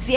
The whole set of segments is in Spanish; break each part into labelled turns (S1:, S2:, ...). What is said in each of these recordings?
S1: Si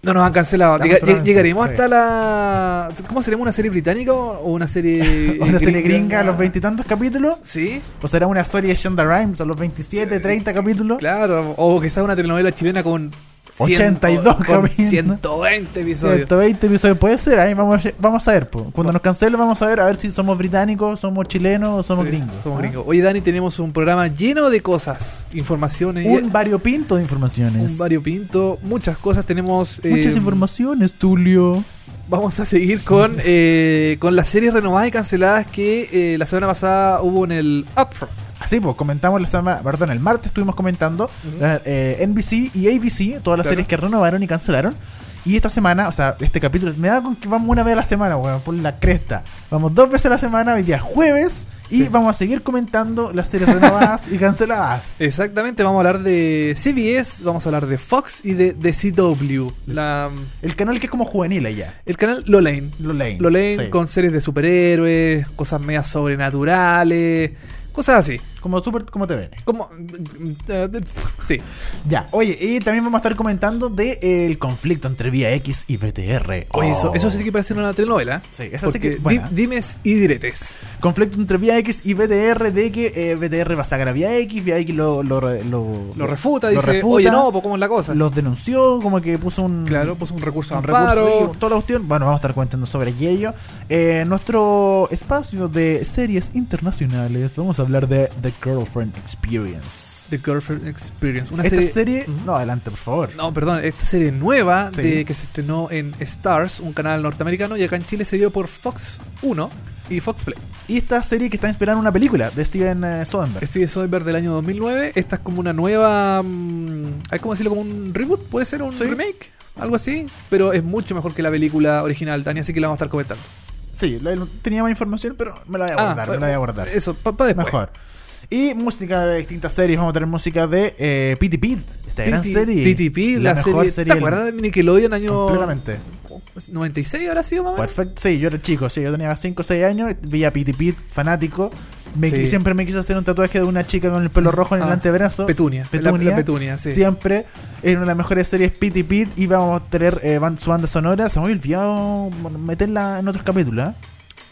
S2: No nos han cancelado. Llega-
S3: Lamentablemente,
S2: llegaremos
S3: sí.
S2: hasta la. ¿Cómo seremos? ¿Una serie británica o una serie.
S3: Una serie gringa a los veintitantos capítulos.
S2: Sí,
S3: O será una serie de Shonda Rhimes a los 27, 30 capítulos.
S2: claro. O quizás una telenovela chilena con.
S3: 82
S2: con
S3: capítulos.
S2: 120 episodios.
S3: 120 episodios puede ser, ahí vamos, a- vamos a ver. po. Cuando nos cancelen vamos a ver a ver si somos británicos, somos chilenos o somos
S2: Sí,
S3: gringos.
S2: Somos
S3: ¿ah?
S2: gringos. Hoy, Dani, tenemos un programa lleno de cosas, informaciones,
S3: Un
S2: un,
S3: variopinto de informaciones.
S2: variopinto, muchas cosas. Tenemos. eh,
S3: Muchas informaciones, Tulio.
S2: Vamos a seguir con, eh, con las series renovadas y canceladas que eh, la semana pasada hubo en el Upfront.
S3: Así pues, comentamos la semana, perdón, el martes estuvimos comentando la- eh, NBC y ABC, todas
S2: Claro.
S3: las series que renovaron y cancelaron. Y esta semana, o sea, este capítulo, me da con que vamos una vez a la semana, weón, por la cresta. Vamos dos veces a la semana, hoy día es jueves, y
S2: Sí.
S3: vamos a seguir comentando las series renovadas y canceladas.
S2: Exactamente, vamos a hablar de CBS, vamos a hablar de Fox y de, de CW. La,
S3: El canal que es como juvenil allá.
S2: el canal Lolaine.
S3: Lolaine.
S2: Lolaine
S3: Sí.
S2: con series de superhéroes, cosas medias sobrenaturales, cosas así.
S3: Como super, como te ven.
S2: Como. mm, eh, Sí.
S3: Ya, oye, y también vamos a estar comentando del conflicto entre Vía X y BTR.
S2: Oye, eso,
S3: Oh.
S2: eso sí que parece una telenovela.
S3: Sí, esa sí
S2: Porque
S3: que- buena.
S2: di- dimes y diretes.
S3: conflicto entre Vía X y BTR de que eh, BTR va a sacar a Vía X, Vía X lo, lo, re- lo,
S2: Lo refuta,
S3: lo
S2: dice,
S3: refuta,
S2: oye, no, pues cómo es la cosa.
S3: los denunció, como que puso un...
S2: Claro, puso un recurso de
S3: un recurso,
S2: amparo.
S3: y toda la cuestión. Bueno, vamos a estar comentando sobre ello. Eh, nuestro espacio de series internacionales, vamos a hablar de The Girlfriend Experience.
S2: The Girlfriend Experience. Una
S3: Esta
S2: serie.
S3: serie... No, adelante, por favor.
S2: No, perdón, esta serie nueva
S3: Sí.
S2: de, que se estrenó en Stars, un canal norteamericano, y acá en Chile se dio por Fox 1 y Fox Play.
S3: Y esta serie que está inspirada en una película de Steven eh, Soderbergh.
S2: Steve Soderbergh del año 2009. Esta es como una nueva. mm, Hay como decirlo, como un reboot, puede ser un
S3: Sí.
S2: remake, algo así. Pero es mucho mejor que la película original, Dani, así que la vamos a estar comentando.
S3: Sí, la- tenía más información, pero me la voy a
S2: Ah,
S3: guardar, me la voy a guardar.
S2: Eso, para después.
S3: Mejor. Y música de distintas series. Vamos a tener música de eh, Pity Pit. Esta gran
S2: P.T.
S3: serie.
S2: PTP, la, serie. ¿Te
S3: del-
S2: acuerdas de Nickelodeon año.
S3: Completamente.
S2: 96 habrá sido, mamá?
S3: Perfecto. Sí, yo era chico. Sí, yo tenía 5 o 6 años. Veía Pity Pit, fanático. Me,
S2: Sí.
S3: Siempre me quise hacer un tatuaje de una chica con el pelo rojo en el
S2: Ah,
S3: antebrazo.
S2: Petunia.
S3: Petunia.
S2: La, la Petunia, sí.
S3: Siempre. Era una de las mejores series Pity Pit. Y vamos a tener eh, ban- su banda sonora. Se me había olvidado meterla en otros capítulos. ¿eh?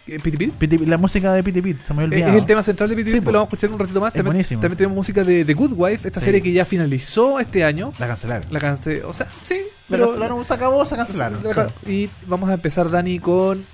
S2: Eh, PTP. Eh,
S3: Pity Pit- la música de Pity Pit. Se me había
S2: Es
S3: olvidado.
S2: el tema central de PTP,
S3: Sí,
S2: pero
S3: po.
S2: lo vamos a escuchar en un ratito más.
S3: Es
S2: También,
S3: buenísimo.
S2: también tenemos música de The Good Wife, esta
S3: Sí.
S2: serie que ya finalizó este año.
S3: La cancelaron.
S2: La cancelé, o sea, sí,
S3: La
S2: pero
S3: cancelaron, se acabó, se cancelaron.
S2: Deja-
S3: Sí.
S2: Y vamos a empezar, Dani, con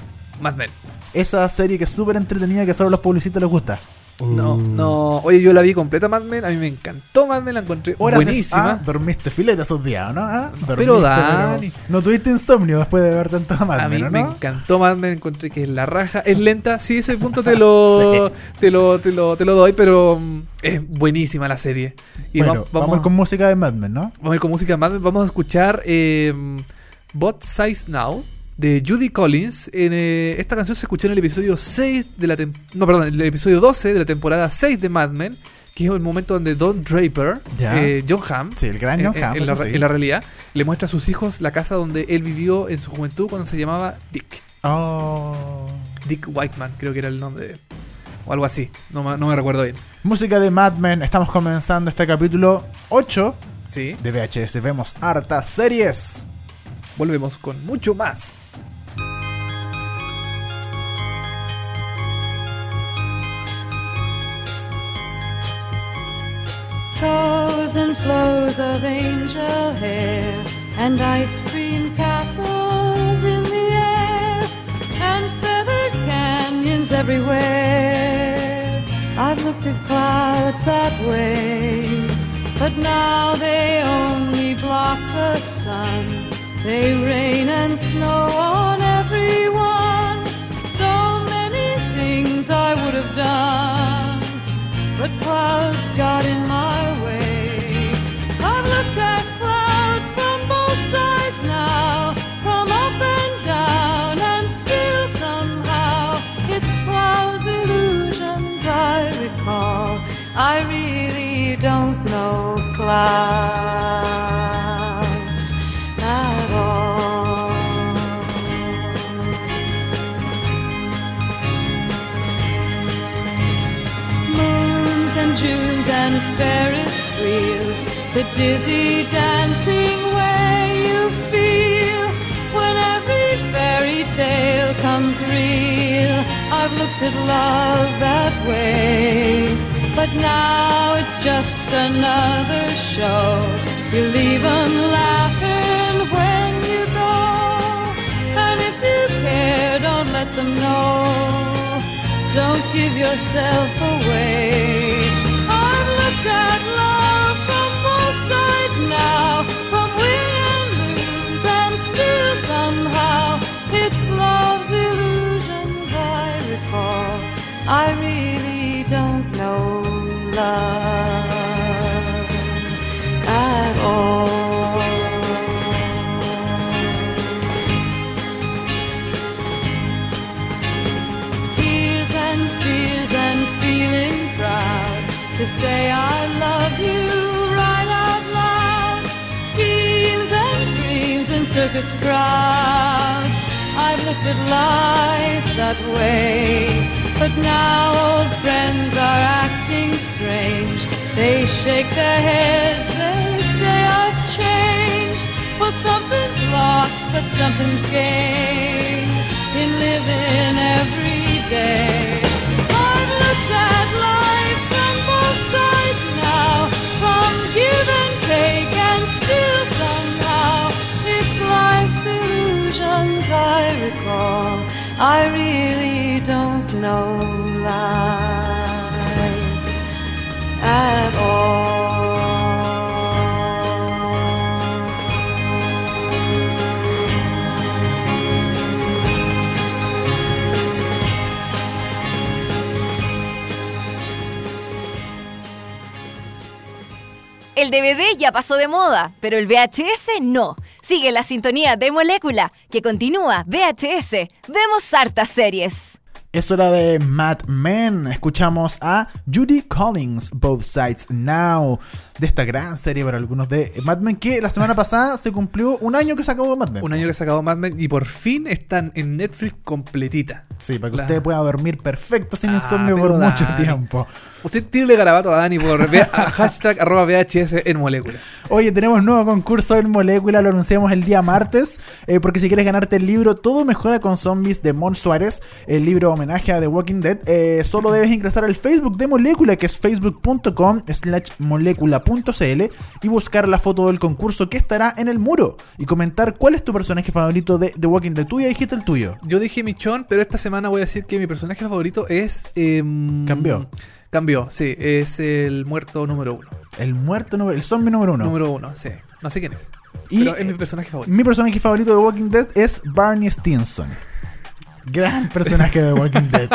S2: Mad Men.
S3: Esa serie que es súper entretenida que solo a los publicistas les gusta.
S2: No,
S3: Uh.
S2: no. Oye, yo la vi completa Mad Men. A mí me encantó Mad Men. La encontré
S3: Horas de-
S2: buenísima.
S3: Ah, dormiste filete esos días, ¿no? Ah, dormiste,
S2: pero Dani.
S3: No tuviste insomnio después de ver tanto Mad
S2: a mí
S3: Men, ¿o
S2: me
S3: ¿no?
S2: encantó Mad Men. Encontré que es la raja. Es lenta. Sí, ese punto te lo, te lo, te lo, te lo doy, pero mm, es buenísima la serie. Y
S3: Bueno,
S2: va-
S3: vamos, con música de Mad Men, ¿no?
S2: vamos a ir con música de Mad Men. Vamos a escuchar eh, Bot Size Now. De Judy Collins. En, eh, esta canción se escuchó en el episodio 6 de la tem- No, perdón, en el episodio 12 de la temporada 6 de Mad Men. Que es el momento donde Don Draper,
S3: Ya.
S2: eh, John Hamm,
S3: Sí, el gran
S2: en,
S3: John
S2: en-
S3: Hamm,
S2: Eh, en la,
S3: Ah, eso sí.
S2: en la realidad, le muestra a sus hijos la casa donde él vivió en su juventud cuando se llamaba Dick.
S3: Oh.
S2: Dick Whiteman, creo que era el nombre de él. O algo así, no, ma- no me recuerdo bien.
S3: Música de Mad Men. Estamos comenzando este capítulo 8
S2: Sí,
S3: de VHS. Vemos hartas series.
S2: volvemos con mucho más.
S4: Toes and flows of angel hair and ice cream castles in the air and feathered canyons everywhere. I've looked at clouds that way, but now they only block the sun They rain and snow on everyone. So many things I would have done, but clouds got in my way. I've looked at clouds from both sides now, from up and down, and still somehow it's clouds illusions I recall. I really don't know clouds at all. moons and Junes and Ferris wheels, the dizzy dancing way you feel when every fairy tale comes real. I've looked at love that way, but now it's just another show. You leave 'em laughing when you go, and if you care, don't let them know. Don't give yourself away. I've looked at love from both sides now, from win and lose, and still somehow it's love's illusions I recall. I really don't know love at all. tears and fears and feeling proud to say I love you right out loud. Schemes and dreams and circus crowds. I've looked at life that way, but now old friends are acting strange. They shake their heads, they say I've changed. Well, something's lost, but something's gained in living every day. I've looked at life from both sides now, from give and take, and still somehow it's life's illusions I recall. I really don't know life at all.
S1: El DVD ya pasó de moda, pero el VHS no. Sigue la sintonía de Molécula, que continúa VHS. Vemos hartas series.
S3: Esto era de Mad Men. Escuchamos a Judy Collins, Both Sides Now, de esta gran serie para algunos de Mad Men, que la semana pasada se cumplió un año que se acabó Mad Men.
S2: Un año que se acabó Mad Men y por fin están en Netflix completita.
S3: Sí, para que
S2: La-
S3: usted pueda dormir perfecto sin
S2: Ah,
S3: insomnio
S2: pero
S3: por mucho
S2: Dani.
S3: tiempo.
S2: Usted tírele garabato a Dani por ve- a hashtag arroba VHS en molécula.
S3: Oye, tenemos nuevo concurso en Molécula, lo anunciamos el día martes, eh, porque si quieres ganarte el libro Todo mejora con zombies de Mon Suárez, el libro homenaje a The Walking Dead, eh, solo debes ingresar al Facebook de Molécula, que es facebook.com slash molécula.cl y buscar la foto del concurso que estará en el muro y comentar cuál es tu personaje favorito de The Walking Dead. Tú ya dijiste el tuyo.
S2: Yo dije Michón, pero esta semana voy a decir que mi personaje favorito es. em,
S3: Cambió.
S2: Cambió, sí. Es el muerto número uno.
S3: El muerto, número- el zombie número uno.
S2: Número uno, sí. No sé quién es.
S3: Y-
S2: pero es eh, mi personaje favorito.
S3: Mi personaje favorito de Walking Dead es Barney Stinson. Gran personaje de Walking Dead.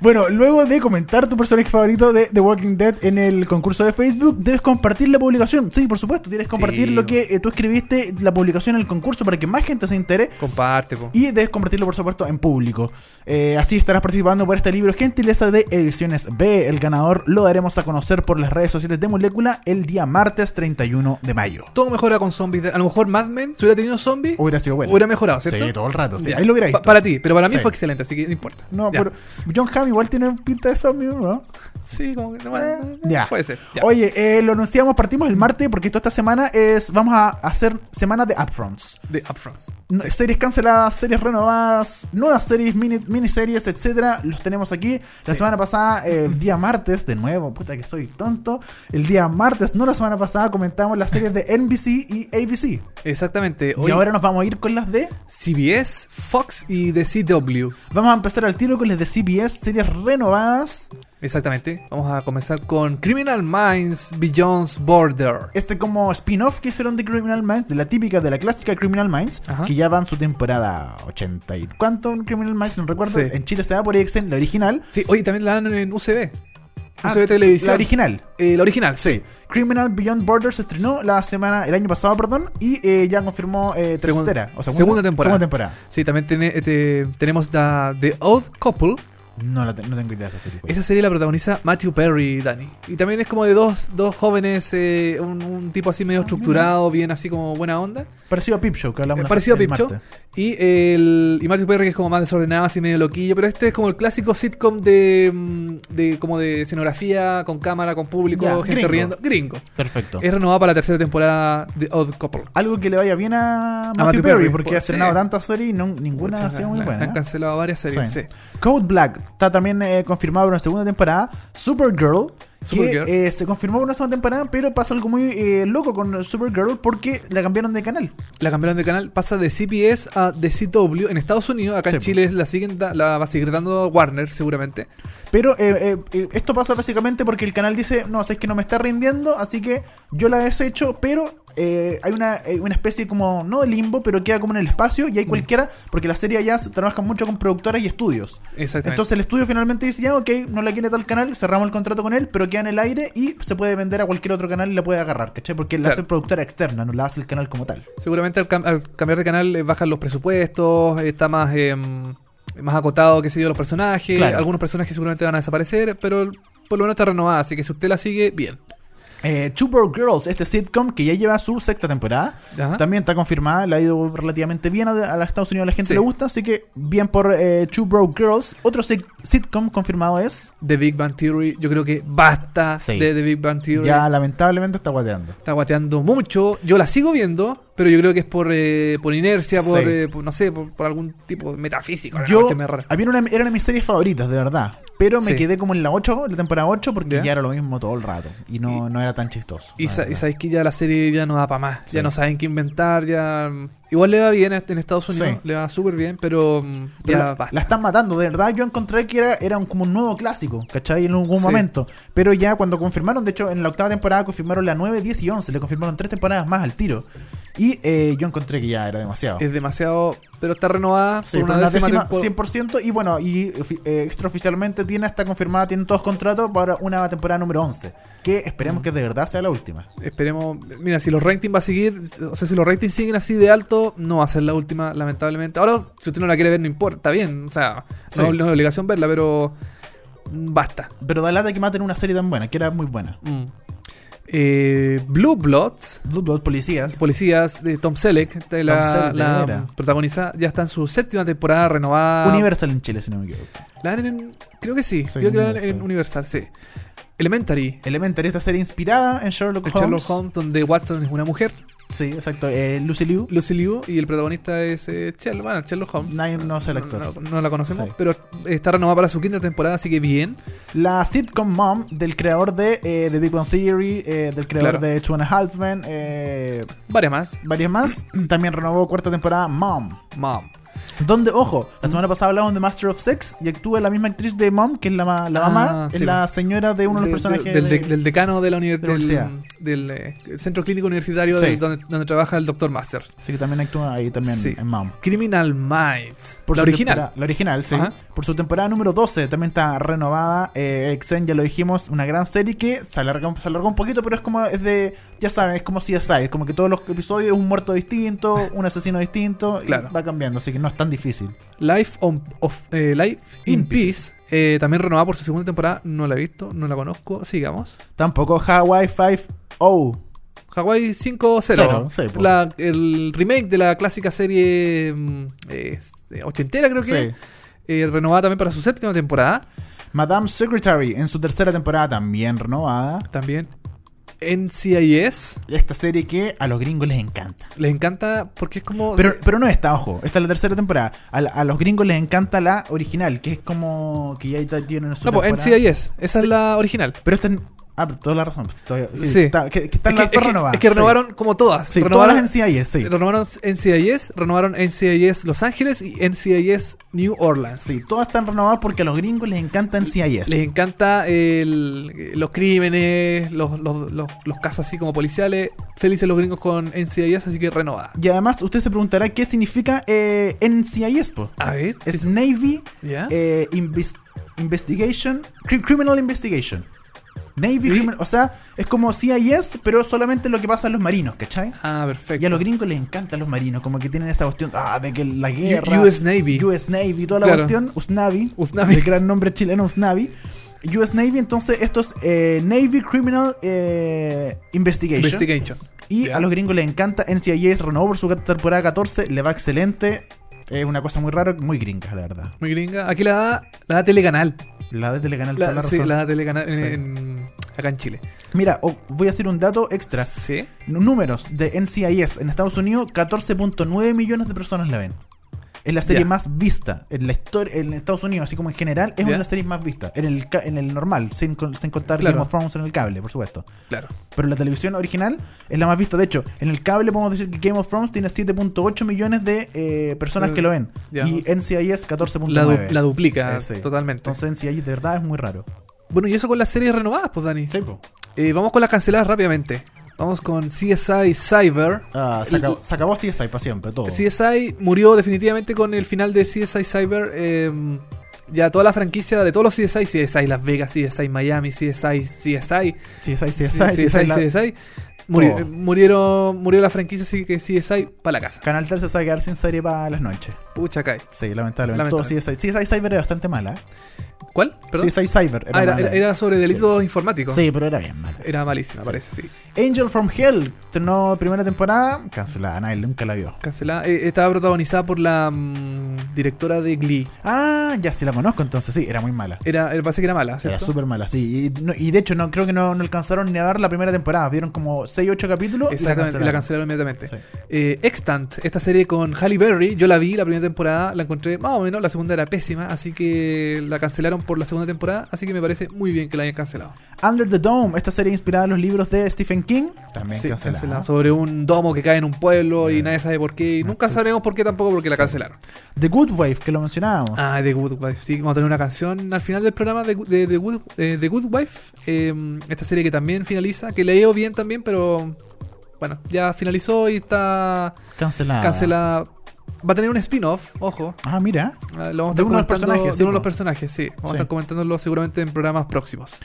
S3: Bueno, luego de comentar tu personaje favorito de The Walking Dead en el concurso de Facebook, debes compartir la publicación. Sí, por supuesto, tienes que compartir
S2: Sí.
S3: lo que eh, tú escribiste, la publicación en el concurso para que más gente se entere.
S2: Comparte, po.
S3: Y debes compartirlo, por supuesto, en público. Eh, así estarás participando por este libro Gentileza de Ediciones B. El ganador lo daremos a conocer por las redes sociales de Molécula el día martes 31 de mayo.
S2: Todo mejora con zombies. de- A lo mejor Mad Men, si hubiera tenido zombies,
S3: Hubiera sido bueno.
S2: hubiera mejorado, ¿cierto?
S3: Sí, todo el rato. Sí.
S2: Ya.
S3: Ahí lo hubiera
S2: Pa-
S3: visto.
S2: para ti, pero para mí
S3: Sí.
S2: fue excelente, así que no importa.
S3: No,
S2: Ya.
S3: pero John Hamm igual tiene pinta de zombie, ¿no?
S2: Sí, como que.
S3: Eh,
S2: bueno,
S3: ya.
S2: Puede ser. ya.
S3: Oye, eh, lo anunciamos, partimos el martes porque toda esta semana es vamos a hacer semana de upfronts.
S2: De Upfronts.
S3: No, Series canceladas, series renovadas, nuevas series, mini, miniseries, etcétera, los tenemos aquí. La
S2: Sí.
S3: semana pasada, eh, el día martes, de nuevo, puta que soy tonto. El día martes, no la semana pasada, comentamos las series de NBC y ABC.
S2: Exactamente.
S3: Y
S2: Oye,
S3: ahora nos vamos a ir con las de
S2: CBS, Fox y The CW.
S3: Vamos a empezar al tiro con las de CBS, series renovadas
S2: Exactamente. Vamos a comenzar con Criminal Minds Beyond Border.
S3: Este como spin-off que hicieron de Criminal Minds, de la típica, de la clásica Criminal Minds,
S2: Ajá.
S3: que ya van su temporada 80 y cuánto en Criminal Minds, no recuerdo.
S2: Sí.
S3: En Chile se da por EXN, la original.
S2: Sí, oye, también la dan en UCB.
S3: Ah,
S2: UCB Televisión.
S3: La original.
S2: Eh, la original, sí.
S3: Criminal Beyond Borders se estrenó la semana, el año pasado, perdón, y eh, ya confirmó eh,
S2: Segunda-
S3: tercera, o segunda,
S2: segunda temporada.
S3: segunda temporada.
S2: Sí, también tiene- este, tenemos la- The Odd Couple.
S3: No, la te- no tengo idea de esa serie. güey.
S2: Pues. Esa serie la protagoniza Matthew Perry, Dani. Y también es como de dos, dos jóvenes, eh, un, un tipo así medio estructurado, bien así como buena onda.
S3: Parecido a Pip Show, que hablamos
S2: Eh,
S3: la-
S2: parecido a
S3: el
S2: Pip Show.
S3: martes.
S2: Y, el, y Matthew Perry que es como más desordenado, así medio loquillo. Pero este es como el clásico sitcom de, mm, de como de escenografía, con cámara, con público,
S3: Ya,
S2: gente
S3: gringo.
S2: riendo. Gringo.
S3: Perfecto.
S2: Es renovado para la tercera temporada de Odd Couple.
S3: Algo que le vaya bien a Matthew,
S2: Matthew
S3: Perry,
S2: Perry,
S3: porque
S2: pues,
S3: ha estrenado
S2: sí.
S3: tantas series y no- ninguna
S2: Pucha,
S3: ha sido muy
S2: la-
S3: buena. ¿eh?
S2: Han cancelado varias series,
S3: Sí.
S2: sí.
S3: Code Black está también eh, confirmado para una segunda temporada. Supergirl. que,
S2: Supergirl.
S3: eh, se confirmó para una segunda temporada, pero pasa algo muy eh, loco con Supergirl porque la cambiaron de canal.
S2: La cambiaron de canal, pasa de CBS a DCW en Estados Unidos. Acá en
S3: Sí.
S2: Chile la, siguen, da- la va a seguir dando Warner, seguramente.
S3: Pero eh, eh, eh, esto pasa básicamente porque el canal dice, no, es que no me está rindiendo, así que yo la desecho, pero eh, hay una, eh, una especie como, no de limbo, pero queda como en el espacio y hay cualquiera, porque la serie ya se trabaja mucho con productoras y estudios.
S2: Exactamente.
S3: Entonces el estudio finalmente dice, ya, ok, no la quiere tal canal, cerramos el contrato con él, pero queda en el aire y se puede vender a cualquier otro canal y la puede agarrar, ¿cachai? Porque la
S2: Claro.
S3: hace productora externa, no la hace el canal como tal.
S2: Seguramente al, cam- al cambiar de canal eh, bajan los presupuestos, eh, está más, eh, más acotado, qué sé yo, los personajes.
S3: Claro.
S2: Algunos personajes seguramente van a desaparecer, pero por lo menos está renovada, así que si usted la sigue, bien.
S3: Eh, Two Broke Girls, este sitcom que ya lleva su sexta temporada,
S2: Ajá.
S3: también está confirmada, le ha ido relativamente bien a, a los Estados Unidos, a la gente
S2: Sí.
S3: le gusta, así que bien por eh, Two Broke Girls. Otro sit- sitcom confirmado es,
S2: The Big Bang Theory, yo creo que basta
S3: Sí.
S2: de The Big Bang Theory.
S3: ya lamentablemente está guateando.
S2: Está guateando mucho. Yo la sigo viendo, pero yo creo que es por, eh, por inercia, por,
S3: Sí.
S2: eh, por- no sé, por, por algún tipo de metafísico. la
S3: Yo,
S2: cuestión es rara.
S3: a mí era una, era una de mis series favoritas, de verdad. Pero me
S2: este Sí.
S3: quedé como en la 8, la temporada 8, porque
S2: ¿Ya?
S3: ya era lo mismo todo el rato. Y no, no era tan chistoso.
S2: Y,
S3: la
S2: sa- y
S3: verdad.
S2: sabéis que ya la serie ya no da para más.
S3: Sí.
S2: Ya no saben qué inventar. ya mm, Igual le va bien a- en Estados Unidos.
S3: Sí.
S2: Le va súper bien, pero mm,
S3: Pero
S2: ya
S3: la,
S2: basta.
S3: la están matando, de verdad yo encontré que era, era un- como un nuevo clásico, ¿cachai? En algún
S2: Sí.
S3: momento. Pero ya cuando confirmaron, de hecho en la octava temporada confirmaron la 9, 10 y 11, le confirmaron tres temporadas más al tiro. Y eh, yo encontré que ya era demasiado.
S2: Es demasiado... Pero está renovada
S3: Sí,
S2: por una
S3: por la
S2: décima,
S3: décima,
S2: tempo-
S3: 100% y bueno, y ofi- eh, extraoficialmente tiene, está confirmada, tienen todos contratos para una temporada número 11, que
S2: Mm.
S3: esperemos que de verdad sea la última.
S2: Esperemos... Mira, si los ratings va a seguir... O sea, si los ratings siguen así de alto, no va a ser la última, lamentablemente. Ahora, si usted no la quiere ver, no importa. Está bien. O sea,
S3: Sí.
S2: no, no es obligación verla, pero... mm, Basta.
S3: Pero da lata que maten una serie tan buena, que era muy buena.
S2: Mm. Eh, Blue Bloods...
S3: Blue Blood
S2: Pues,
S3: Policías.
S2: Policías de Tom Selleck, de la,
S3: Selleck, de
S2: la
S3: veras.
S2: protagonista, ya está en su séptima temporada renovada.
S3: Universal en Chile, si no me equivoco.
S2: La dan en- creo que sí,
S3: Sí,
S2: creo que la dan
S3: Universal.
S2: en Universal, sí. Elementary,
S3: Elementary, esta serie inspirada en Sherlock
S2: el
S3: Holmes.
S2: Sherlock Holmes, donde Watson es una mujer,
S3: Sí, exacto. Eh, Lucy Liu.
S2: Lucy Liu, y el protagonista es eh, Sherlock, bueno, Sherlock Holmes.
S3: No, no sé el actor.
S2: No, no la conocemos,
S3: Sí.
S2: pero está renovada para su quinta temporada, así que bien.
S3: La sitcom Mom del creador de eh, The Big Bang Theory, eh, del creador
S2: Claro.
S3: de Two and a Half Men, eh,
S2: Varias más.
S3: varias más. También renovó cuarta temporada Mom.
S2: Mom.
S3: Donde, ojo, la semana pasada hablamos de Master of Sex y actúa la misma actriz de Mom, que es la, ma- la
S2: Ah,
S3: mamá, es
S2: sí.
S3: la señora de uno de
S2: De-
S3: los personajes.
S2: del,
S3: de-
S2: del- del decano de la, uni-
S3: de la
S2: del-
S3: universidad.
S2: del, eh, Centro Clínico Universitario
S3: Sí.
S2: del- donde, donde trabaja el Dr. Master.
S3: Sí, que también actúa ahí también
S2: Sí.
S3: en Mom.
S2: Criminal Minds.
S3: Por
S2: la
S3: su
S2: original.
S3: temporada- La original, sí.
S2: Ajá.
S3: Por su temporada número 12 también está renovada. Eh, Xen, ya lo dijimos, una gran serie que se alarga, se alargó un poquito, pero es como, es de, ya saben, es como CSI. Es como que todos los episodios es un muerto distinto, un asesino distinto, y
S2: Claro.
S3: va cambiando, así que no es tan difícil.
S2: Life, on, of, eh, Life in,
S3: In
S2: Peace, eh, también renovada por su segunda temporada. No la he visto, no la conozco. Sigamos.
S3: Tampoco Hawaii 5-0.
S2: Hawaii
S3: Cero,
S2: 5-0.
S3: sí, po.
S2: La- el remake de la clásica serie mm, eh, ochentera, creo que.
S3: Sí.
S2: eh, renovada también para su séptima temporada.
S3: Madame Secretary en su tercera temporada también renovada.
S2: También. NCIS.
S3: Esta serie que a los gringos les encanta.
S2: Les encanta porque es como.
S3: Pero,
S2: se-
S3: pero no esta, ojo. Esta es la tercera temporada. A, la- a los gringos les encanta la original, que es como que ya ahí tienen su
S2: no, pues
S3: temporada.
S2: NCIS. Esa
S3: Sí.
S2: es la original.
S3: Pero esta Ah, pero toda la razón. pues, todavía- sí,
S2: Sí.
S3: que está- que, que están
S2: es,
S3: las
S2: que,
S3: dos
S2: es, que,
S3: renovadas.
S2: es que
S3: sí.
S2: renovaron como todas.
S3: Sí,
S2: renovaron,
S3: todas las NCIS, sí.
S2: renovaron NCIS, renovaron NCIS Los Ángeles y NCIS New Orleans.
S3: Sí, todas están renovadas porque a los gringos les encanta NCIS.
S2: Les encanta el- los crímenes, los, los- los- los casos así como policiales. Felices los gringos con NCIS, así que renovada.
S3: Y además, usted se preguntará qué significa eh, NCIS, po.
S2: A ver,
S3: Es Navy
S2: ¿ya?
S3: eh, inves- Investigation, Cri- Criminal Investigation. Navy,
S2: ¿Y?
S3: criminal- o sea, es como CIS, pero solamente lo que pasa a los marinos, ¿cachai?
S2: ah, perfecto.
S3: Y a los gringos les encantan los marinos, como que tienen esa cuestión ah, de que la guerra.
S2: US Navy.
S3: US Navy, toda la
S2: Claro.
S3: cuestión. USNAVI.
S2: USNAVI.
S3: El gran nombre chileno, USNAVI. US Navy, entonces esto es eh, Navy Criminal eh, Investigation.
S2: Investigation.
S3: y
S2: Ya.
S3: a los gringos les encanta. NCIS renovó por su temporada 14, le va excelente. Es una cosa muy rara, muy gringa, la verdad.
S2: Muy gringa. Aquí la da, la da Telecanal.
S3: La de Telecanal
S2: La,
S3: toda la
S2: sí,
S3: razón.
S2: la da Telecanal en-
S3: Sí.
S2: en- acá en Chile.
S3: Mira, oh, voy a hacer un dato extra.
S2: Sí.
S3: N- Números de NCIS en Estados Unidos, 14.9 millones de personas la ven. Es la serie
S2: Ya.
S3: más vista en la historia en Estados Unidos, así como en general, es
S2: Ya.
S3: una de las series más vistas. En el, ca- en el normal, sin, con- sin contar
S2: Claro.
S3: Game of Thrones en el cable, por supuesto.
S2: Claro.
S3: Pero la televisión original es la más vista. De hecho, en el cable podemos decir que Game of Thrones tiene 7.8 millones de eh, personas
S2: Eh,
S3: que lo ven.
S2: ya.
S3: Y NCIS 14.9.
S2: La, du- la duplica
S3: Eh, sí.
S2: totalmente.
S3: Entonces NCIS de verdad es muy raro.
S2: bueno, y eso con las series renovadas, pues, Dani.
S3: Sí, po.
S2: Eh, vamos con las canceladas rápidamente. Vamos con CSI Cyber.
S3: Ah, se, acabó, se acabó CSI para siempre, todo.
S2: CSI murió definitivamente con el final de CSI Cyber. eh, ya toda la franquicia de todos los CSI, CSI Las Vegas, CSI Miami, CSI, CSI,
S3: CSI, CSI,
S2: CSI,
S3: CSI, la-
S2: CSI, muri-
S3: Todo.
S2: eh, murieron, murió la franquicia, así que CSI para la casa.
S3: Canal 13 se va a quedar sin serie para las noches.
S2: Pucha, cae.
S3: Sí, lamentablemente. Todo
S2: Lamentable.
S3: CSI, CSI Cyber era bastante mala. ¿eh?
S2: ¿Cuál? Perdón.
S3: CSI Cyber
S2: Ah, era,
S3: mala.
S2: era- era sobre delitos informáticos.
S3: Sí, pero era bien mala.
S2: Era malísima, parece, sí.
S3: Angel from Hell, estrenó primera temporada, cancelada, nadie nunca la vio.
S2: Cancelada. Eh, estaba protagonizada por la mm, directora de Glee.
S3: Ah, ya sí la conozco entonces, sí, era muy mala.
S2: Era, eh, parece que era mala,
S3: Era
S2: ¿cierto?
S3: súper mala, sí. Y, no- y de hecho, no creo que no, no alcanzaron ni a ver la primera temporada. Vieron como 6, 8 capítulos y la
S2: Exactamente, y la
S3: cancelaron.
S2: cancelaron inmediatamente.
S3: Sí.
S2: Eh, Extant, esta serie con Halle Berry, yo la vi la primera temporada, la encontré más o menos, la segunda era pésima, así que la cancelaron por la segunda temporada, así que me parece muy bien que la hayan cancelado.
S3: Under the Dome, esta serie inspirada en los libros de Stephen King, también
S2: Sí,
S3: cancelada.
S2: cancelada. Sobre un domo que cae en un pueblo y
S3: Eh.
S2: nadie sabe por qué, y
S3: No,
S2: nunca
S3: tú-
S2: sabremos por qué tampoco porque la
S3: Sí.
S2: cancelaron.
S3: The Good Wave, que lo mencionábamos.
S2: Ah, The Good Wife, sí, vamos a tener una canción al final del programa de, Gu- de- de Good, eh, The Good Wife, eh, esta serie que también finaliza, que leo bien también, pero bueno, ya finalizó y está
S3: Cancelada.
S2: cancelada. Va a tener un spin-off, ojo.
S3: Ah, mira.
S2: Ah, Lo vamos a
S3: De
S2: estar
S3: uno de los
S2: comentando-
S3: personajes, sí,
S2: de uno de los
S3: po.
S2: personajes, sí. Vamos
S3: Sí.
S2: a estar comentándolo seguramente en programas próximos.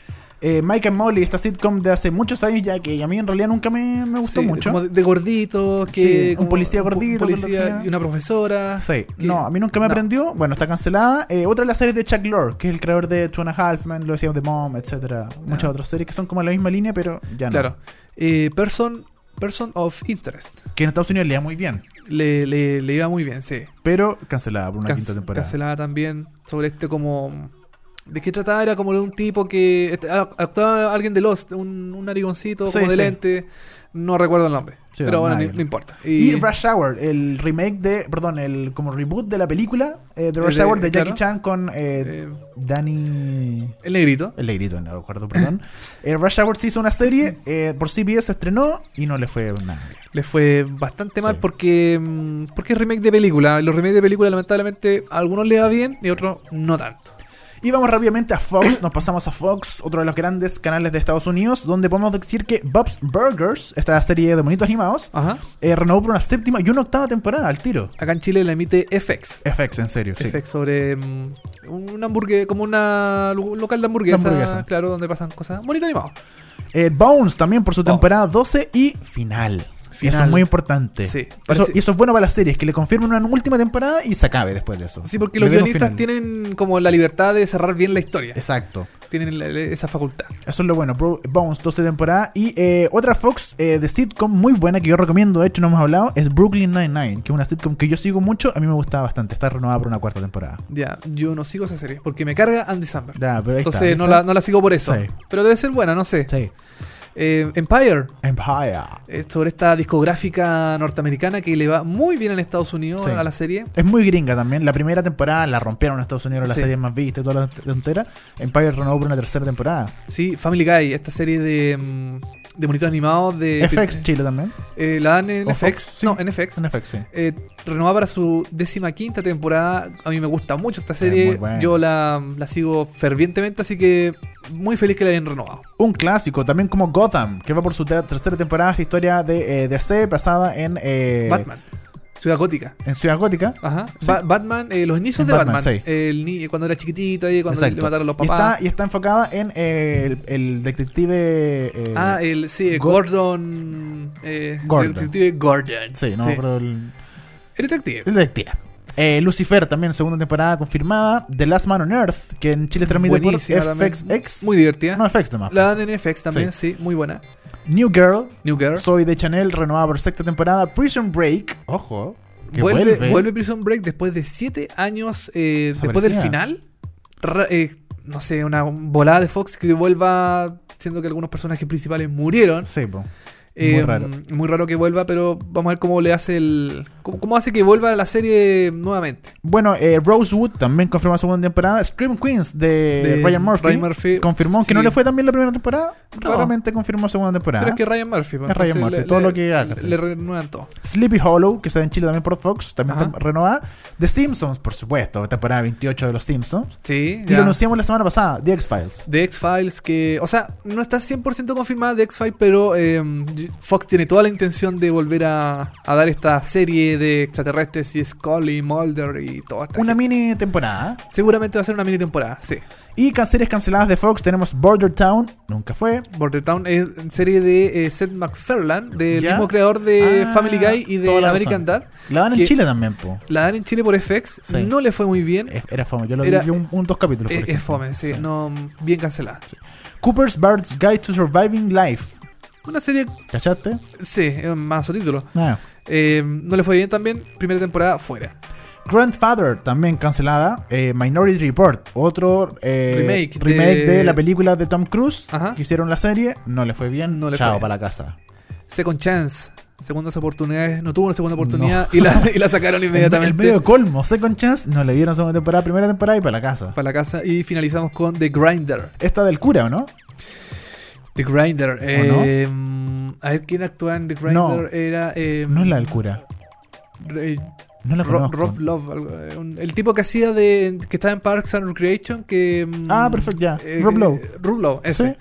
S3: Eh, Mike and Molly, esta sitcom de hace muchos años ya que a mí en realidad nunca me, me gustó
S2: Sí,
S3: mucho.
S2: Como de- de gordito, que.
S3: Sí, un
S2: como
S3: policía
S2: po-
S3: gordito,
S2: policía
S3: con la-
S2: y una profesora.
S3: Sí,
S2: que-
S3: no, a mí nunca me
S2: no.
S3: aprendió. Bueno, está cancelada. Eh, otra de las series de Chuck Lorre, que es el creador de Two and a Half Men, lo decíamos de Mom, etcétera Muchas
S2: Ya.
S3: otras series que son como la misma línea, pero ya no.
S2: Claro. Eh, person, person of Interest.
S3: Que en Estados Unidos le da muy bien,
S2: Le, le- le iba muy bien, sí.
S3: pero cancelada por una
S2: Can-
S3: quinta temporada.
S2: Cancelada también sobre este como. ¿De qué trataba? Era como de un tipo que. este, a- Actuaba alguien de Lost, un, un arigoncito,
S3: Sí,
S2: como de
S3: sí.
S2: lente. No recuerdo el nombre.
S3: Sí,
S2: pero bueno,
S3: nadie.
S2: no, no importa.
S3: Y Rush Hour, el remake de, perdón, el como reboot de la película eh, de Rush
S2: de-
S3: Hour de Jackie
S2: claro.
S3: Chan con eh,
S2: eh,
S3: Danny.
S2: el negrito.
S3: El negrito, no recuerdo, perdón. Eh, Rush Hour se hizo una serie, eh, por CBS se estrenó y no le fue nada. bien.
S2: Le fue bastante mal
S3: Sí.
S2: porque mm, porque es remake de película. Los remakes de película, lamentablemente, a algunos le va bien y a otros no tanto.
S3: Y vamos rápidamente a Fox, nos pasamos a Fox, otro de los grandes canales de Estados Unidos, donde podemos decir que Bob's Burgers, esta serie de monitos animados,
S2: Ajá.
S3: eh, renovó por una séptima y una octava temporada al tiro.
S2: Acá en Chile la emite FX.
S3: FX, en serio, sí.
S2: FX sobre mm, un hamburgués, como una lo- local de hamburguesa,
S3: Una hamburguesa.
S2: claro, donde pasan cosas bonito animado.
S3: Eh, Bones también por su
S2: Bones.
S3: temporada 12 y final.
S2: Final.
S3: Eso es muy importante.
S2: Sí,
S3: Eso-
S2: parece-
S3: y eso es bueno para las series, que le confirmen una última temporada y se acabe después de eso.
S2: Sí, porque
S3: Le
S2: los
S3: den un
S2: guionistas
S3: final.
S2: tienen como la libertad de cerrar bien la historia.
S3: Exacto.
S2: Tienen la- la- esa facultad.
S3: Eso es lo bueno. Bro- Bones, 12 temporada. Y eh, otra Fox eh, de sitcom muy buena que yo recomiendo, de hecho no hemos hablado, es Brooklyn Nine-Nine, que es una sitcom que yo sigo mucho. A mí me gustaba bastante. Está renovada por una cuarta temporada.
S2: Ya, yo no sigo esa serie porque me carga Andy Samberg.
S3: Ya, pero ahí está,
S2: Entonces
S3: ahí
S2: no,
S3: está.
S2: la, no la sigo por eso.
S3: Sí.
S2: Pero debe ser buena, no sé.
S3: Sí.
S2: eh, Empire,
S3: Empire.
S2: eh, sobre esta discográfica norteamericana que le va muy bien en Estados Unidos
S3: Sí.
S2: a la serie.
S3: Es muy gringa también. La primera temporada la rompieron en Estados Unidos, la
S2: Sí.
S3: serie más vista y toda la tontera. Empire renovó por una tercera temporada.
S2: Sí, Family Guy, esta serie de, mm, de monitos animados de...
S3: FX Chile también.
S2: Eh, la dan en
S3: O
S2: FX.
S3: Fox, sí.
S2: No, en FX.
S3: En FX, sí.
S2: Eh, renovada para su décima quinta temporada. A mí me gusta mucho esta
S3: muy
S2: serie.
S3: buena.
S2: Yo la, la sigo fervientemente, así que muy feliz que la hayan renovado.
S3: Un clásico, también como Gotham, que va por su te- tercera temporada, esta historia de eh, DC basada en, eh,
S2: Batman. Ciudad Gótica.
S3: en Ciudad Gótica.
S2: Ajá. Ba- Batman, eh, los inicios
S3: En
S2: de
S3: Batman,
S2: Batman.
S3: sí.
S2: El ni- cuando era chiquitito, ahí, cuando le
S3: Exacto.
S2: mataron los
S3: Y
S2: papás.
S3: está, y está enfocada en eh, el, el detective. eh,
S2: Ah, el, sí, eh,
S3: Gor-
S2: Gordon. eh,
S3: Gordon.
S2: El detective Gordon.
S3: sí, no, pero el,
S2: El detective.
S3: el detective. Eh, Lucifer también, segunda temporada confirmada. The Last Man on Earth, que en Chile se transmite por
S2: Buenísima también.
S3: FXX.
S2: Muy divertida.
S3: No, FX nomás.
S2: La dan en FX también, sí. Muy buena.
S3: New Girl,
S2: New Girl.
S3: Soy de Chanel, renovada por sexta temporada. Prison Break. Ojo. que ¿eh?
S2: vuelve, vuelve Prison Break después de siete años, eh, después del
S3: Desaparecida.
S2: final. Ra- eh, no sé, una volada de Fox que vuelva, siendo que algunos personajes principales murieron.
S3: Sí, po.
S2: Eh,
S3: Muy raro.
S2: muy raro que vuelva, pero vamos a ver cómo le hace el... Cómo, cómo hace que vuelva la serie nuevamente.
S3: Bueno, eh, Rosewood también confirmó segunda temporada. Scream Queens de,
S2: De
S3: Eh, Ryan Murphy.
S2: Ryan Murphy,
S3: Confirmó que
S2: sí.
S3: no le fue tan bien la primera temporada.
S2: No.
S3: Claramente confirmó segunda temporada.
S2: Pero es que Ryan Murphy. pues,
S3: Ah. Es Ryan
S2: entonces
S3: Murphy, todo lo que haga,
S2: Le,
S3: sí.
S2: le renuevan todo.
S3: Sleepy Hollow, que está en Chile también por Fox, también
S2: Ajá.
S3: está renovada. The Simpsons, por supuesto, temporada 28 de Los Simpsons.
S2: Sí,
S3: Y lo
S2: ya.
S3: anunciamos la semana pasada, The X-Files.
S2: de X-Files que, o sea, no está 100% confirmada de X-Files, pero eh, Fox tiene toda la intención de volver a, a dar esta serie de extraterrestres y Scully, Mulder y toda esta
S3: Una
S2: gente.
S3: mini temporada.
S2: Seguramente va a ser una mini temporada, sí.
S3: Y can- series canceladas de Fox tenemos Border Town, nunca fue.
S2: Border Town es serie de eh, Seth MacFarlane, del
S3: ¿Ya?
S2: mismo creador de
S3: Ah,
S2: Family Guy y
S3: toda
S2: de
S3: la
S2: American
S3: razón.
S2: Dad.
S3: La dan en
S2: Que-
S3: Chile también, po.
S2: La dan en Chile por FX,
S3: Sí.
S2: no le fue muy bien.
S3: Es- Era fome, yo lo
S2: Era- e,
S3: vi un, un- dos capítulos. por
S2: Es, es
S3: ejemplo.
S2: fome, sí,
S3: Sí.
S2: no bien cancelada.
S3: Cooper's Bird's Guide to Surviving Life.
S2: Una serie,
S3: ¿Cachaste?
S2: sí, es más su título.
S3: Nada.
S2: Eh, no le fue bien también, primera temporada fuera.
S3: Grandfather, también cancelada. Eh, Minority Report, otro eh,
S2: Remake de-
S3: remake de... la película de Tom Cruise.
S2: Ajá.
S3: Que hicieron la serie, no le fue bien.
S2: No le
S3: Chao,
S2: fue bien.
S3: para la casa.
S2: Second Chance, segundas oportunidades, no tuvo una segunda oportunidad y, la, y la sacaron
S3: El
S2: inmediatamente
S3: medio colmo, Second Chance, no le dieron segunda temporada, primera temporada y para la casa.
S2: para la casa y finalizamos con The Grinder.
S3: Esta del cura, ¿o no?
S2: The Grinder.
S3: no?
S2: eh, mm, A ver quién actúa en The Grinder.
S3: No.
S2: Era. eh,
S3: No es la del cura.
S2: eh,
S3: No la
S2: Ro-
S3: conozco.
S2: Rob Love, algo, eh, un- el tipo que hacía de que estaba en Parks and Recreation que mm,
S3: Ah, perfecto, ya. Rob Lowe.
S2: Rob Lowe, ese.
S3: Sí.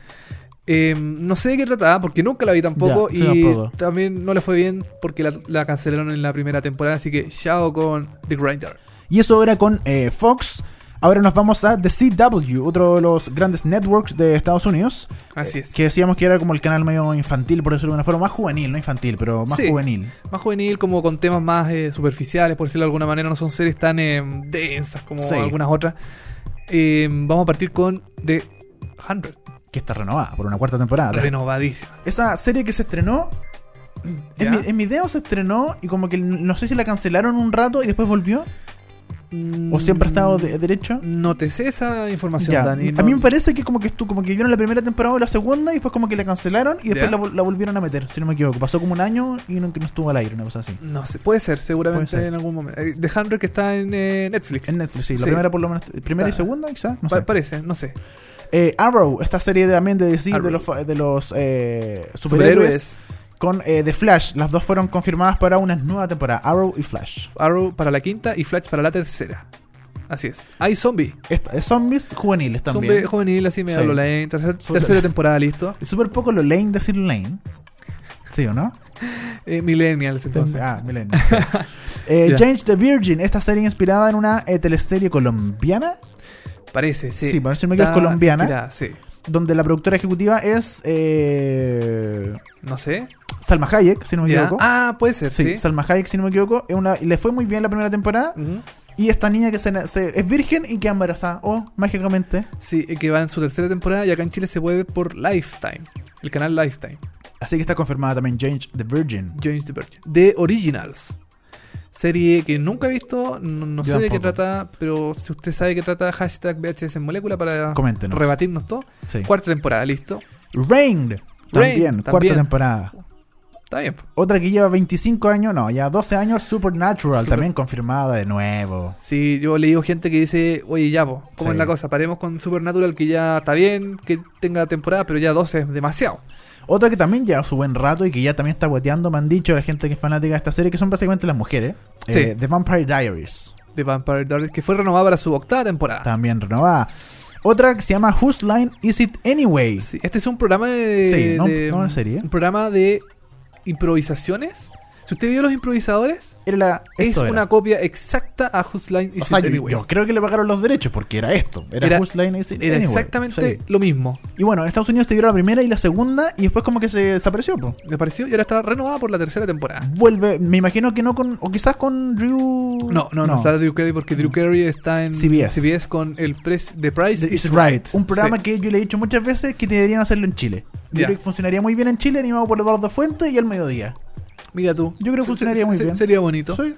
S2: Eh, no sé de qué trataba porque nunca la vi tampoco
S3: Ya, sí,
S2: y
S3: tampoco.
S2: también no le fue bien porque la, la cancelaron en la primera temporada, así que chao con The Grinder.
S3: Y eso era con eh, Fox. Ahora nos vamos a The CW, otro de los grandes networks de Estados Unidos.
S2: Así es.
S3: Que decíamos que era como el canal medio infantil, por decirlo de una forma. Más juvenil, no infantil, pero más
S2: Sí.
S3: juvenil.
S2: más juvenil, como con temas más eh, superficiales, por decirlo de alguna manera, no son series tan eh, densas como
S3: Sí.
S2: algunas otras. Eh, vamos a partir con The 100,
S3: Que está renovada por una cuarta temporada.
S2: renovadísima.
S3: Esa serie que se estrenó.
S2: ¿Ya?
S3: En, mi, en video se estrenó y como que no sé si la cancelaron un rato y después volvió. O siempre ha estado de- derecho.
S2: Mm, No te sé esa información,
S3: Ya.
S2: Dani.
S3: A
S2: no-
S3: mí me parece que como que estuvo, como que vieron la primera temporada o la segunda y después como que la cancelaron y después
S2: Ya.
S3: la, vol- la volvieron a meter, si no me equivoco. Pasó como un año y no, que no estuvo al aire, una cosa así.
S2: No sé, puede ser, seguramente
S3: Puede ser.
S2: en algún momento. Eh, The 100 que está en eh, Netflix.
S3: En Netflix, sí, la
S2: Sí.
S3: primera por lo menos, primera y
S2: Ta-
S3: segunda quizás, no
S2: Pa-
S3: sé.
S2: Parece, no sé.
S3: Eh, Arrow, esta serie de- también de DC, de
S2: Arrow.
S3: los, fa- de los eh,
S2: Superhéroes.
S3: superhéroes, con eh, The Flash, las dos fueron confirmadas para una nueva temporada, Arrow y Flash.
S2: Arrow para la quinta y Flash para la tercera. Así es. Hay zombie.
S3: Esta, eh, zombies juveniles también.
S2: Zombie juvenil, así me
S3: Sí.
S2: hablo la tercera,
S3: Sobre-
S2: tercera temporada, listo.
S3: Es súper poco lo lame decir lame. ¿Sí o no?
S2: Eh, millennials, entonces.
S3: ah, milenio. sí. Eh,
S2: Ya.
S3: Change the Virgin, esta serie inspirada en una eh, teleserie colombiana,
S2: Parece, sí.
S3: Sí, parece que es
S2: Está
S3: colombiana.
S2: inspirada, sí.
S3: donde la productora ejecutiva es eh,
S2: No sé.
S3: Salma Hayek, si no me
S2: Ya.
S3: equivoco.
S2: Ah, puede ser,
S3: Sí,
S2: sí. Mm.
S3: Salma Hayek, si no me equivoco, es una, le fue muy bien la primera temporada.
S2: Ujú.
S3: Y esta niña que se, na- se- es virgen y queda embarazada. Oh, mágicamente.
S2: Sí, eh, que va en su tercera temporada y acá en Chile se puede ver por Lifetime. El canal Lifetime.
S3: Así que está confirmada también James the Virgin.
S2: James the Virgin. The Originals. Serie que nunca he visto, no, no sé
S3: Yo
S2: de qué
S3: tampoco.
S2: trata, pero si usted sabe de qué trata, hashtag VHS en molécula para
S3: Coméntenos.
S2: rebatirnos todo.
S3: Sí.
S2: Cuarta temporada, listo.
S3: Rain. También,
S2: Rain,
S3: cuarta
S2: también.
S3: temporada.
S2: Está bien. po.
S3: Otra que lleva 25 años, no, ya 12 años, Supernatural,
S2: Super-
S3: también confirmada de nuevo.
S2: Sí, yo le digo gente que dice, oye, ya, po, ¿cómo
S3: Sí.
S2: es la cosa? Paremos con Supernatural, que ya está bien, que tenga temporada, pero ya 12 es demasiado.
S3: Otra que también lleva su buen rato y que ya también está guateando, me han dicho la gente que es fanática de esta serie, que son básicamente las mujeres.
S2: Sí.
S3: eh, The Vampire Diaries,
S2: De Vampire Diaries, que fue renovada para su octava temporada.
S3: también renovada. Otra que se llama Whose Line Is It Anyway?
S2: Sí, este es un programa de.
S3: Sí, no-
S2: de-
S3: no una serie.
S2: Un programa de improvisaciones. Si usted vio los improvisadores,
S3: Era la-
S2: es
S3: esto era.
S2: una copia exacta a Whose Line Is
S3: O sea,
S2: It
S3: yo,
S2: Anyway.
S3: yo creo que le pagaron los derechos porque era esto. Era,
S2: Era-
S3: Whose Line Is It
S2: Era
S3: Anyway?
S2: exactamente
S3: Sí.
S2: lo mismo.
S3: Y bueno, en Estados Unidos se dio la primera y la segunda y después como que se desapareció. po.
S2: Me pareció y ahora está renovada por la tercera temporada.
S3: Vuelve, me imagino que no con, o quizás con Drew...
S2: No, no, no, está Drew Carey porque Drew Carey está en
S3: CBS.
S2: con el Price The Price
S3: The
S2: is
S3: Is Right. Un programa
S2: Sí.
S3: que yo le he dicho muchas veces que deberían hacerlo en Chile. Yo
S2: Ya.
S3: creo que funcionaría muy bien en Chile, animado por Eduardo Fuentes y al mediodía.
S2: Mira tú.
S3: Yo creo que
S2: Se-
S3: funcionaría
S2: se-
S3: muy
S2: se-
S3: bien.
S2: Sería bonito.
S3: Sí.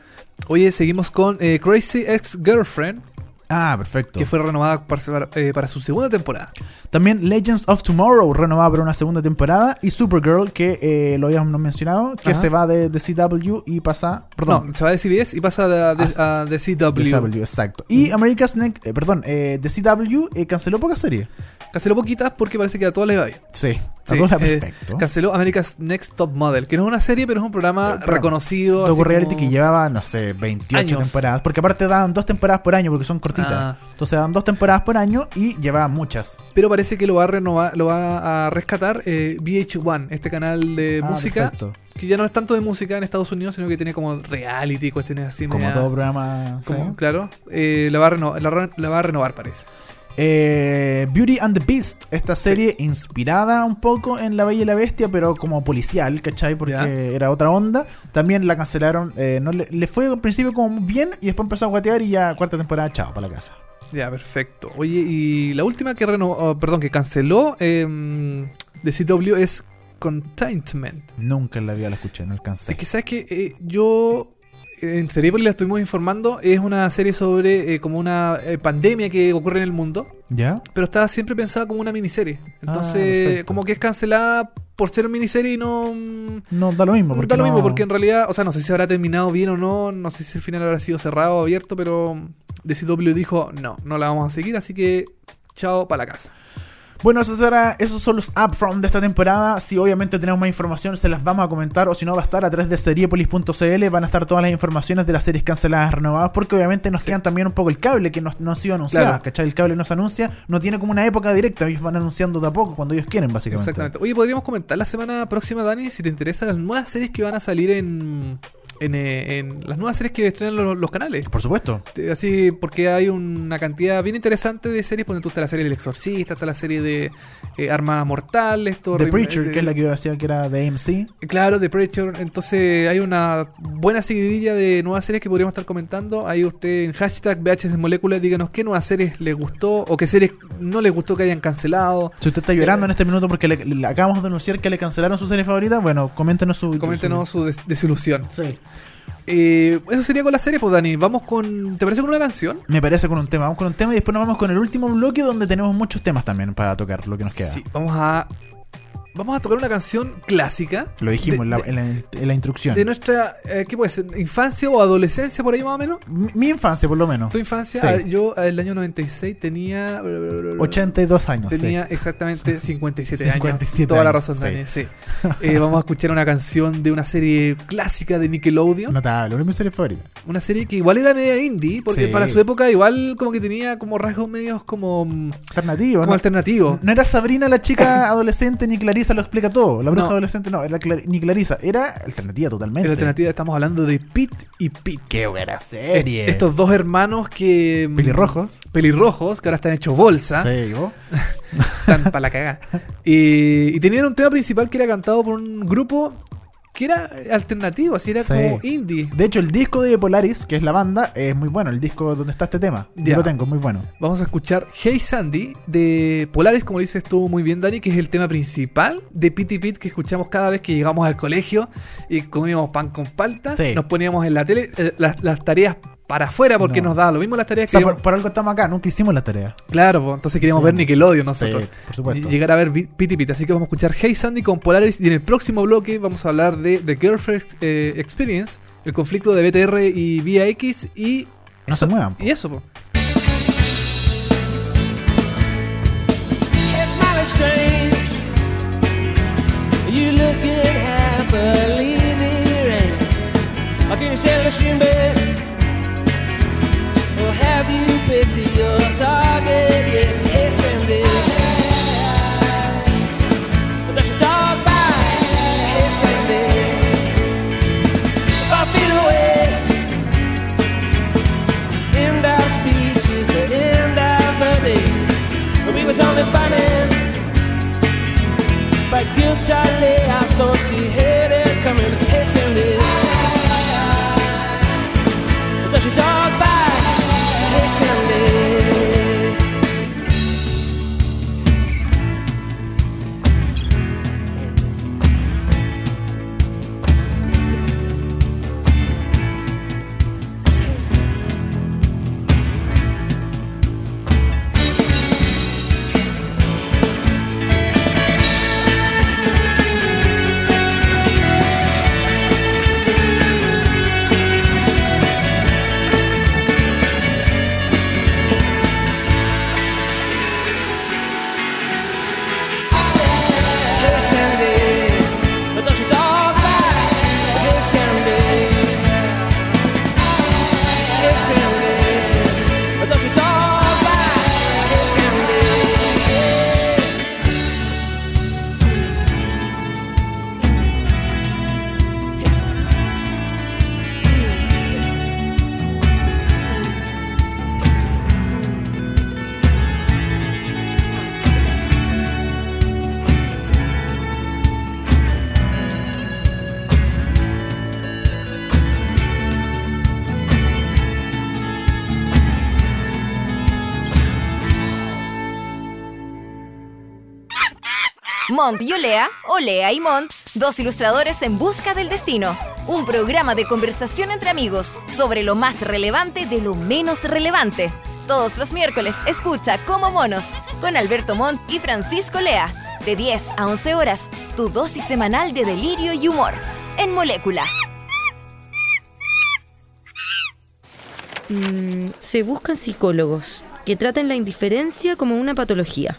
S2: Oye, seguimos con eh, Crazy Ex Girlfriend,
S3: Ah, perfecto.
S2: que fue renovada para, eh, para su segunda temporada.
S3: También Legends of Tomorrow, renovada para una segunda temporada. Y Supergirl, que eh, lo habíamos mencionado, que
S2: Ajá.
S3: se va de, de CW y pasa. Perdón. Ah,
S2: No, se va de CBS y pasa de- a, de- a The CW.
S3: CW, exacto. Y
S2: Mm.
S3: America's Next, eh, perdón, eh, The CW eh, canceló pocas series.
S2: Canceló poquitas porque parece que a todas les va bien.
S3: Sí,
S2: Sí,
S3: a todas las
S2: eh,
S3: perfecto.
S2: Canceló America's Next Top Model, que no es una serie, pero es un programa
S3: programa.
S2: reconocido. así
S3: Docu reality
S2: como-
S3: que llevaba, no sé, 28
S2: Años.
S3: temporadas. Porque aparte daban dos temporadas por año, porque son cortitas.
S2: Ah.
S3: Entonces daban dos temporadas por año y llevaba muchas.
S2: Pero parece que lo va a renovar, lo va a rescatar eh, VH1, este canal de
S3: Ah,
S2: música,
S3: perfecto.
S2: que ya no es tanto de música en Estados Unidos, sino que tiene como reality, cuestiones así.
S3: Como
S2: media-
S3: todo programa.
S2: como-
S3: ¿sí?
S2: Claro, eh, la, va a reno- la, re- la va a renovar, parece.
S3: Eh, Beauty and the Beast, esta serie inspirada un poco en La Bella y la Bestia, pero como policial, ¿cachai? Porque
S2: Ya.
S3: era otra onda. También la cancelaron, eh, no le, le fue al principio como bien y después empezó a guatear y ya cuarta temporada, chao, para la casa.
S2: Ya, perfecto. Oye, y la última que reno- oh, perdón, que canceló eh, de CW es Contentment.
S3: Nunca en la vida la escuché, no alcancé.
S2: Es que sabes que yo eh, en Cerebral la estuvimos informando, es una serie sobre eh, como una eh, pandemia que ocurre en el mundo,
S3: ¿Ya?
S2: pero estaba siempre pensada como una miniserie. Entonces,
S3: Ah, perfecto.
S2: como que es cancelada por ser miniserie y no mm,
S3: No, da lo mismo. Porque
S2: da lo
S3: no-
S2: mismo porque en realidad, o sea, no sé si habrá terminado bien o no, no sé si el final habrá sido cerrado o abierto, pero mm, DCW dijo, "No, no la vamos a seguir", así que chao para la casa.
S3: Bueno, esos, era- esos son los upfront de esta temporada. Si obviamente tenemos más información, se las vamos a comentar. O si no, va a estar a través de seriepolis.cl. Van a estar todas las informaciones de las series canceladas, renovadas. Porque obviamente nos quedan también un poco el cable que no, no ha sido anunciado.
S2: Claro.
S3: ¿Cachai? El cable no se anuncia. No tiene como una época directa. Ellos van anunciando de a poco cuando ellos quieren, básicamente.
S2: Exactamente. Oye, podríamos comentar la semana próxima, Dani, si te interesan las nuevas series que van a salir en. En, eh, en las nuevas series que estrenan los, los canales.
S3: Por supuesto.
S2: Te- Así, porque hay una cantidad bien interesante de series. Ponte tú, está la serie del Exorcista, está la serie de eh, Arma Mortal, esto.
S3: The
S2: rem-
S3: Preacher,
S2: eh,
S3: que es la que yo decía que era de AMC.
S2: Claro, The Preacher. Entonces, hay una buena seguidilla de nuevas series que podríamos estar comentando. Ahí usted en hashtag VHS de Moléculas, díganos qué nuevas series les gustó o qué series no les gustó que hayan cancelado.
S3: Si usted está
S2: Eh.
S3: llorando en este minuto porque le, le acabamos de anunciar que le cancelaron su serie favorita, bueno, coméntenos su.
S2: Coméntenos su des- desilusión.
S3: su- Sí.
S2: Eh, eso sería con la serie, pues Dani. Vamos con. ¿Te parece con una canción?
S3: Me parece con un tema. Vamos con un tema y después nos vamos con el último bloque donde tenemos muchos temas también para tocar lo que nos queda.
S2: Sí, vamos a. Vamos a tocar una canción clásica.
S3: Lo dijimos
S2: De-
S3: en, la,
S2: de-
S3: en la- en la instrucción.
S2: de nuestra. eh, ¿Qué puede ser? ¿Infancia o adolescencia por ahí más o menos?
S3: mi, mi infancia, por lo menos.
S2: Tu infancia,
S3: Sí.
S2: a ver, yo eh, el año 96 tenía.
S3: 82 años.
S2: Tenía exactamente 57, años.
S3: 57
S2: Toda la
S3: años,
S2: razón,
S3: sí.
S2: Dani. Sí. Eh, vamos a escuchar una canción de una serie clásica de
S3: sí.
S2: Nickelodeon.
S3: Notable, una de mis series favoritas.
S2: Una serie que igual era media indie, porque
S3: Sí.
S2: para su época igual como que tenía como rasgos medios como, mm,
S3: Alternativo,
S2: como
S3: ¿no?
S2: alternativos.
S3: No era Sabrina la chica adolescente ni Clarisa lo explica todo. La bruja
S2: No.
S3: adolescente no, era Cla- ni Clarisa. Era alternativa totalmente.
S2: En la alternativa estamos hablando de Pete y Pete.
S3: Qué buena serie.
S2: Estos dos hermanos que. mm,
S3: Pelirrojos.
S2: Pelirrojos, que ahora están hechos bolsa.
S3: Sí, ¿vos?
S2: Están para la cagada. Y, y tenían un tema principal que era cantado por un grupo que era alternativo, así era
S3: Sí.
S2: como indie.
S3: De hecho, el disco de Polaris, que es la banda, es muy bueno. El disco donde está este tema.
S2: Ya.
S3: Yo lo tengo, muy bueno.
S2: Vamos a escuchar Hey Sandy de Polaris, como dices tú muy bien, Dani, que es el tema principal de Pete y Pete que escuchamos cada vez que llegamos al colegio y comíamos pan con palta.
S3: Sí.
S2: Nos poníamos en la tele eh, las, las tareas para afuera porque
S3: No.
S2: nos daba lo mismo las tareas
S3: O
S2: que
S3: sea,
S2: yo-
S3: por, por algo estamos acá, nunca hicimos la tarea.
S2: Claro, pues, entonces queríamos ver Nickelodeon nosotros.
S3: Sí, por supuesto.
S2: Y Llegar a ver Vi- Piti Piti. Así que vamos a escuchar Hey Sandy con Polaris. Y en el próximo bloque vamos a hablar de The Girlfriend eh, Experience, el conflicto de BTR y VIX y,
S3: No se muevan. po.
S2: y eso. po.
S5: It's mighty strange. You look good happily there and I can say listen bit Or have you picked your target yet Yes and this But that's a dog by Yes and this Five feet away End our speeches the end of the day we was only fighting But you Charlie, I thought you had it coming Isn't it? Does your dog bite? Isn't it? Isn't it? Does your dog bite? Isn't it? Isn't it? Does your dog bite? Isn't it?
S1: Mont y Olea, Olea y Mont, dos ilustradores en busca del destino. Un programa de conversación entre amigos sobre lo más relevante de lo menos relevante. Todos los miércoles escucha Como Monos con Alberto Mont y Francisco Lea. De 10 a 11 horas, tu dosis semanal de delirio y humor. En Molécula.
S6: Mm, se buscan psicólogos que traten la indiferencia como una patología.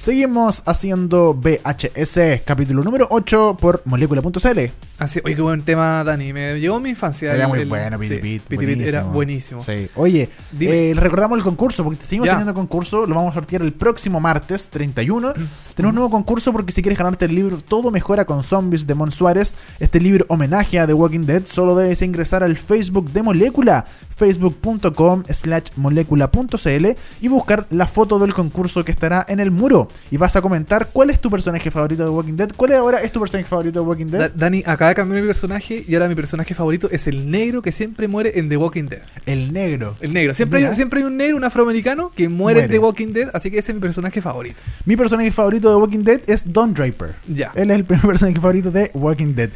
S3: Seguimos haciendo VHS, capítulo número 8 por molecula.cl.
S2: Así, Ah, oye, qué buen tema, Dani. Me llevó a mi infancia.
S3: Era
S2: el-
S3: muy
S2: el-
S3: bueno, Piti
S2: sí,
S3: Pit,
S2: Piti Pit era buenísimo.
S3: Sí. Oye,
S2: Dime.
S3: eh, recordamos el concurso, porque seguimos
S2: Ya.
S3: teniendo concurso. Lo vamos a sortear el próximo martes, 31.
S2: Mm.
S3: Tenemos un nuevo concurso porque si quieres ganarte el libro Todo Mejora con Zombies de Mon Suárez, este libro homenaje a The Walking Dead, solo debes ingresar al Facebook de Molécula, facebook.com slash molécula.cl y buscar la foto del concurso que estará en el muro. Y vas a comentar cuál es tu personaje favorito de Walking Dead. ¿Cuál ahora es tu personaje favorito de Walking Dead?
S2: Da- Dani, acaba de cambiar mi personaje y ahora mi personaje favorito es el negro que siempre muere en The Walking Dead.
S3: el negro.
S2: El negro. Siempre,
S3: Mira.
S2: hay, siempre hay un negro, un afroamericano que muere, en
S3: Muere.
S2: The Walking Dead, así que ese es mi personaje favorito.
S3: Mi personaje favorito de Walking Dead es Don Draper.
S2: Ya.
S3: Él es el primer personaje favorito de Walking Dead.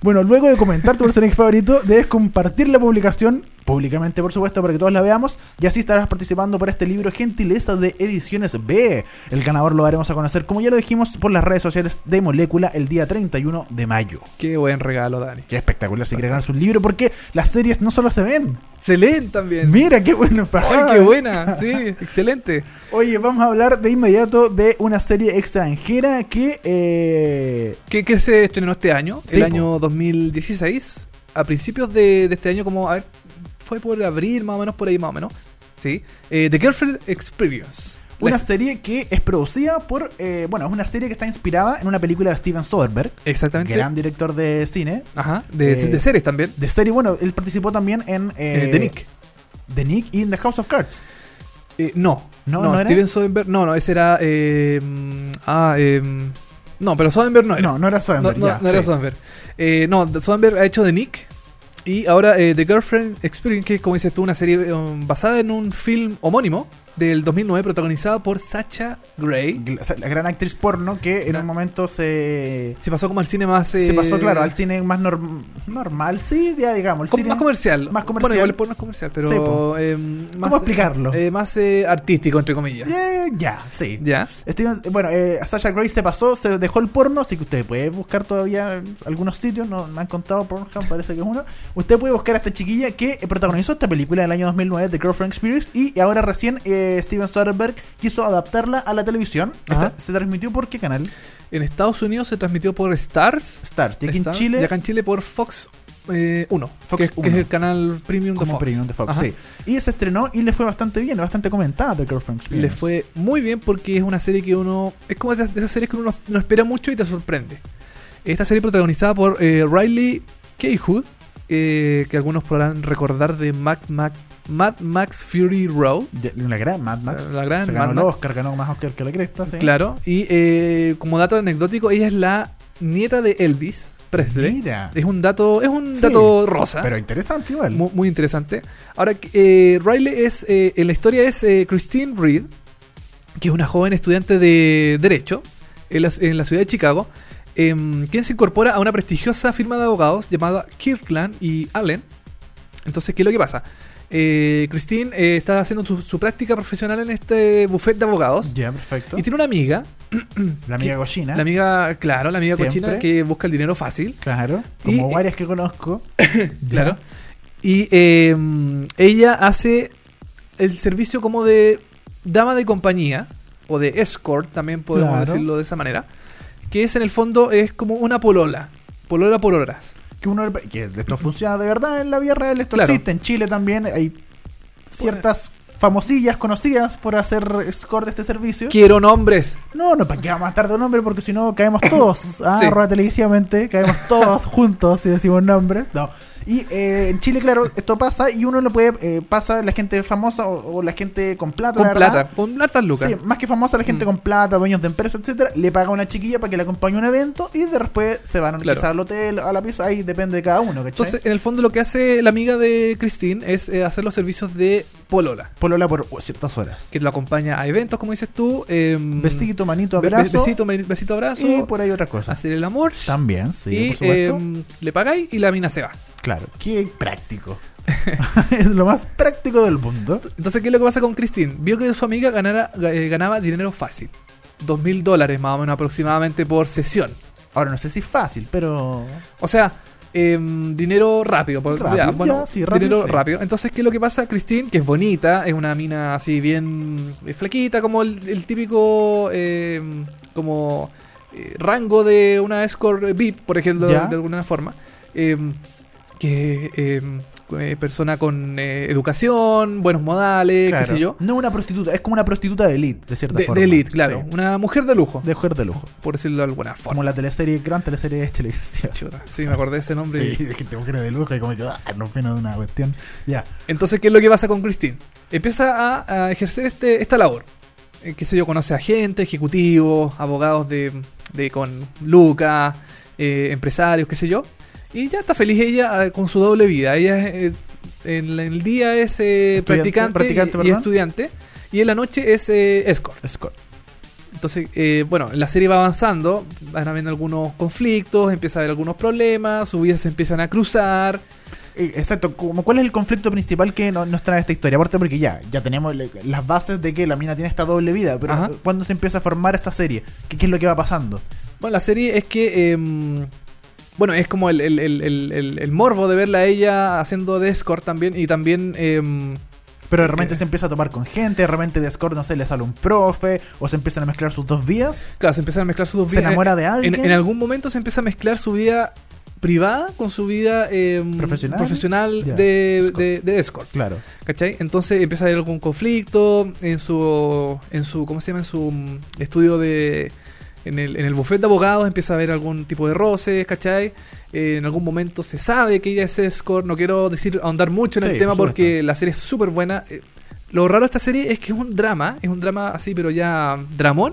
S3: Bueno, luego de comentar tu personaje favorito, debes compartir la publicación, públicamente por supuesto, para que todos la veamos, y así estarás participando por este libro Gentileza de Ediciones B. El ganador lo daremos a conocer, como ya lo dijimos, por las redes sociales de Molécula el día 31 de mayo.
S2: Qué buen regalo, Dani.
S3: Qué espectacular si quieres ganar su libro, porque las series no solo se ven.
S2: Se leen también.
S3: Mira, qué bueno.
S2: ¡Ay, qué buena! Sí, excelente.
S3: Oye, vamos a hablar de inmediato de una serie extranjera que... eh,
S2: ¿Qué, qué se estrenó este año?
S3: Sí,
S2: el
S3: po.
S2: año 2016. A principios de, de este año, como, a ver, fue por abril, más o menos, por ahí, más o menos. Sí. Eh, The Girlfriend Experience. La-
S3: Una serie que es producida por. eh, bueno, es una serie que está inspirada en una película de Steven Soderbergh,
S2: Exactamente.
S3: gran director de cine.
S2: Ajá. De,
S3: Eh,
S2: de series también.
S3: De serie, bueno, él participó también en. eh,
S2: Eh, The Nick.
S3: The Nick y en The House of Cards.
S2: Eh, no.
S3: No,
S2: No,
S3: ¿no era?
S2: Steven Soderbergh. No, no, ese era. eh, mm, ah, eh, mm, no, pero Soderbergh no era.
S3: No, no era
S2: no,
S3: Soderbergh,
S2: no,
S3: ya,
S2: no era
S3: sí.
S2: Soderbergh. Eh, no, Soderbergh ha hecho de Nick. Y ahora eh, The Girlfriend Experience, que es como dices tú, una serie um, basada en un film homónimo del 2009 protagonizada por Sacha Gray.
S3: O sea, La gran actriz porno que en
S2: Gran-
S3: un momento se...
S2: Se pasó como al cine más... eh,
S3: Se pasó, claro, al cine más norm- normal, sí, ya digamos. El
S2: com-
S3: cine-
S2: Más comercial.
S3: más comercial.
S2: Bueno, igual el porno es comercial, pero...
S3: Sí, po.
S2: eh, más,
S3: ¿Cómo explicarlo?
S2: eh, más eh, artístico, entre comillas.
S3: Eh, ya, sí.
S2: ¿Ya?
S3: Steven- bueno, eh, Sasha Gray se pasó, se dejó el porno, así que usted puede buscar todavía en algunos sitios, no me han contado Pornhub, parece que es uno. Usted puede buscar a esta chiquilla que protagonizó esta película del año 2009, The Girlfriend Experience, y ahora recién eh, Steven Soderbergh quiso adaptarla a la televisión.
S2: Ajá.
S3: Esta- se transmitió por qué canal?
S2: En Estados Unidos se transmitió por Stars.
S3: Stars. Y aquí en
S2: Stars,
S3: Chile,
S2: Y acá en Chile por Fox 1.
S3: Fox
S2: que, es- que es
S3: Uno.
S2: el canal premium de
S3: como
S2: Fox.
S3: premium de Fox,
S2: Ajá.
S3: sí. Y se estrenó y le fue bastante bien, bastante comentada The Girlfriend
S2: Le
S3: Experience.
S2: fue muy bien porque es una serie que uno. Es como de esas de esas series que uno no- no espera mucho y te sorprende. Esta serie protagonizada por eh, Riley Cahood, eh, que algunos podrán recordar de Mad Max, Mad Max Fury Road.
S3: De- una gran Mad Max.
S2: La gran
S3: se ganó
S2: Mad
S3: el
S2: Max.
S3: Oscar, ganó más Oscar que la cresta, sí.
S2: Claro. Y eh, como dato anecdótico, ella es la nieta de Elvis Presley.
S3: Mira.
S2: Es un dato, es un
S3: Sí,
S2: dato rosa.
S3: Pero interesante igual.
S2: Mu- Muy, interesante. Ahora, eh, Riley es. eh, en la historia es eh, Christine Reed, que es una joven estudiante de Derecho en la, en la ciudad de Chicago, em, quien se incorpora a una prestigiosa firma de abogados llamada Kirkland y Allen. Entonces, ¿qué es lo que pasa? Eh, Christine eh, está haciendo su, su práctica profesional en este buffet de abogados
S3: Ya, perfecto.
S2: y tiene una amiga,
S3: La amiga Goshina.
S2: la amiga, claro, la amiga cochina
S3: Siempre.
S2: que busca el dinero fácil.
S3: Claro.
S2: Y-
S3: Como varias que conozco.
S2: Claro. Y eh, ella hace el servicio como de dama de compañía, o de escort, también podemos
S3: Claro.
S2: decirlo de esa manera, que es en el fondo es como una polola, polola por horas.
S3: Que uno que esto funciona de verdad en la vida real, esto
S2: Claro.
S3: existe en Chile también, hay ciertas famosillas conocidas por hacer score de este servicio.
S2: Quiero nombres.
S3: No, no, para que vamos a estar de nombre porque si no caemos todos. Ah,
S2: Sí.
S3: arroba televisivamente, caemos todos juntos si decimos nombres. No. Y eh, en Chile, claro, esto pasa y uno lo puede, eh, pasa la gente famosa o, o la gente con plata,
S2: Con
S3: la verdad.
S2: plata, con plata lucas. Mm.
S3: Sí, más que famosa la gente con plata, dueños de empresas, etcétera, le paga a una chiquilla para que le acompañe a un evento y después se van
S2: Claro.
S3: quizás al hotel, a la pieza, ahí depende de cada uno, ¿cachai?
S2: Entonces, en el fondo lo que hace la amiga de Christine es eh, hacer los servicios de polola,
S3: Polola por uh, ciertas horas.
S2: que lo acompaña a eventos, como dices tú. em,
S3: Besito, manito,
S2: be- be-
S3: abrazo.
S2: besito, be- besito, abrazo.
S3: y por ahí otras cosas.
S2: hacer el amor.
S3: También, sí,
S2: y
S3: por supuesto.
S2: em, le pagáis y la mina se va.
S3: claro, qué práctico. es lo más práctico del mundo.
S2: Entonces, ¿qué es lo que pasa con Christine? Vio que su amiga ganara, ga- eh, ganaba dinero fácil. Dos mil dólares más o menos aproximadamente por sesión.
S3: Ahora, no sé si es fácil, pero.
S2: O sea, em, dinero rápido. por-
S3: Rápido,
S2: ya, bueno,
S3: ya, sí, rápido,
S2: dinero
S3: sí.
S2: rápido. Entonces, ¿qué es lo que pasa? Christine, que es bonita, es una mina así bien eh, flaquita, como el, el típico em, como eh, rango de una escort VIP, por ejemplo,
S3: Ya.
S2: de alguna forma. Em, que em, eh, persona con eh, educación, buenos modales,
S3: claro,
S2: qué sé yo.
S3: No una prostituta, es como una prostituta de elite, de cierta
S2: De,
S3: forma.
S2: de elite, claro.
S3: Sí,
S2: Una mujer de lujo,
S3: de mujer de lujo.
S2: por decirlo de alguna forma.
S3: Como la teleserie, gran teleserie de televisión.
S2: Chuta, sí, me acordé de ese nombre.
S3: Sí, de gente mujer de lujo y como que ah, no opino de una cuestión. Ya.
S2: Entonces, ¿qué es lo que pasa con Christine? Empieza a, a ejercer este, esta labor. Eh, qué sé yo, conoce a gente, ejecutivos, abogados de, de con Luca, eh, empresarios, qué sé yo. Y ya está feliz ella eh, con su doble vida. Ella es, eh, en la- en el día es eh,
S3: Estudiante,
S2: practicante,
S3: practicante,
S2: y- y,
S3: perdón.
S2: estudiante. Y en la noche es eh, escort.
S3: Scott.
S2: Entonces, eh, bueno, la serie va avanzando, van habiendo algunos conflictos, empieza a haber algunos problemas, sus vidas se empiezan a cruzar.
S3: Eh, Exacto, como cuál es el conflicto principal que no- nos trae esta historia, aparte porque ya, ya tenemos le- las bases de que la mina tiene esta doble vida, pero
S2: Ajá.
S3: cuando ¿cuándo se empieza a formar esta serie? ¿Qué, qué es lo que va pasando?
S2: Bueno, la serie es que, em, bueno, es como el, el- el- el- el- el morbo de verla a ella haciendo de escort también y también... em,
S3: Pero de repente
S2: Eh.
S3: se empieza a tomar con gente, de repente de Score, no sé, le sale un profe, o se empiezan a mezclar sus dos vidas.
S2: Claro, se empiezan a mezclar sus dos
S3: ¿Se
S2: vidas. eh,
S3: enamora de
S2: En-
S3: alguien?
S2: En, en algún momento se empieza a mezclar su vida privada con su vida em,
S3: Profesional.
S2: profesional
S3: Ya,
S2: de,
S3: escort.
S2: de- de escort.
S3: Claro.
S2: ¿Cachai? Entonces empieza a haber algún conflicto en su, en su ¿cómo se llama? En su mm, estudio de... En el, en el bufete de abogados empieza a haber algún tipo de roces, ¿cachai? Eh, en algún momento se sabe que ella es escort. No quiero decir ahondar mucho en
S3: Sí,
S2: el tema
S3: por supuesto.
S2: porque la serie es súper buena. Eh, Lo raro de esta serie es que es un drama, es un drama así, pero ya dramón,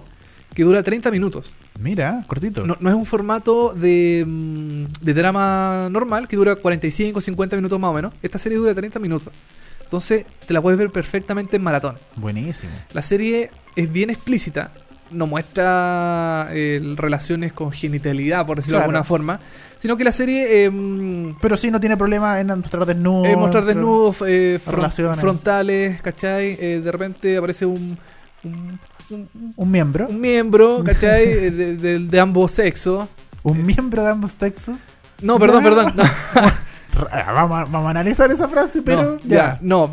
S2: que dura 30 minutos.
S3: Mira, cortito.
S2: No, no es un formato de, mm, de drama normal que dura 45, 50 minutos más o menos. Esta serie dura 30 minutos. Entonces te la puedes ver perfectamente en maratón.
S3: Buenísimo.
S2: La serie es bien explícita, no muestra eh, relaciones con genitalidad, por decirlo de
S3: Claro.
S2: alguna forma, sino que la serie eh, mm,
S3: Pero sí, no tiene problema en mostrar desnudos.
S2: eh, mostrar desnudos, eh, fron-
S3: relaciones.
S2: frontales, ¿cachai? Eh, de repente aparece un, un, un-
S3: Un miembro.
S2: un miembro, ¿cachai? Eh, de, de- de ambos sexos.
S3: Un miembro de ambos sexos.
S2: No, perdón,
S3: Ya.
S2: perdón. No,
S3: Ra- ah, Vamos a, vamos a analizar esa frase, pero
S2: no,
S3: ya.
S2: No,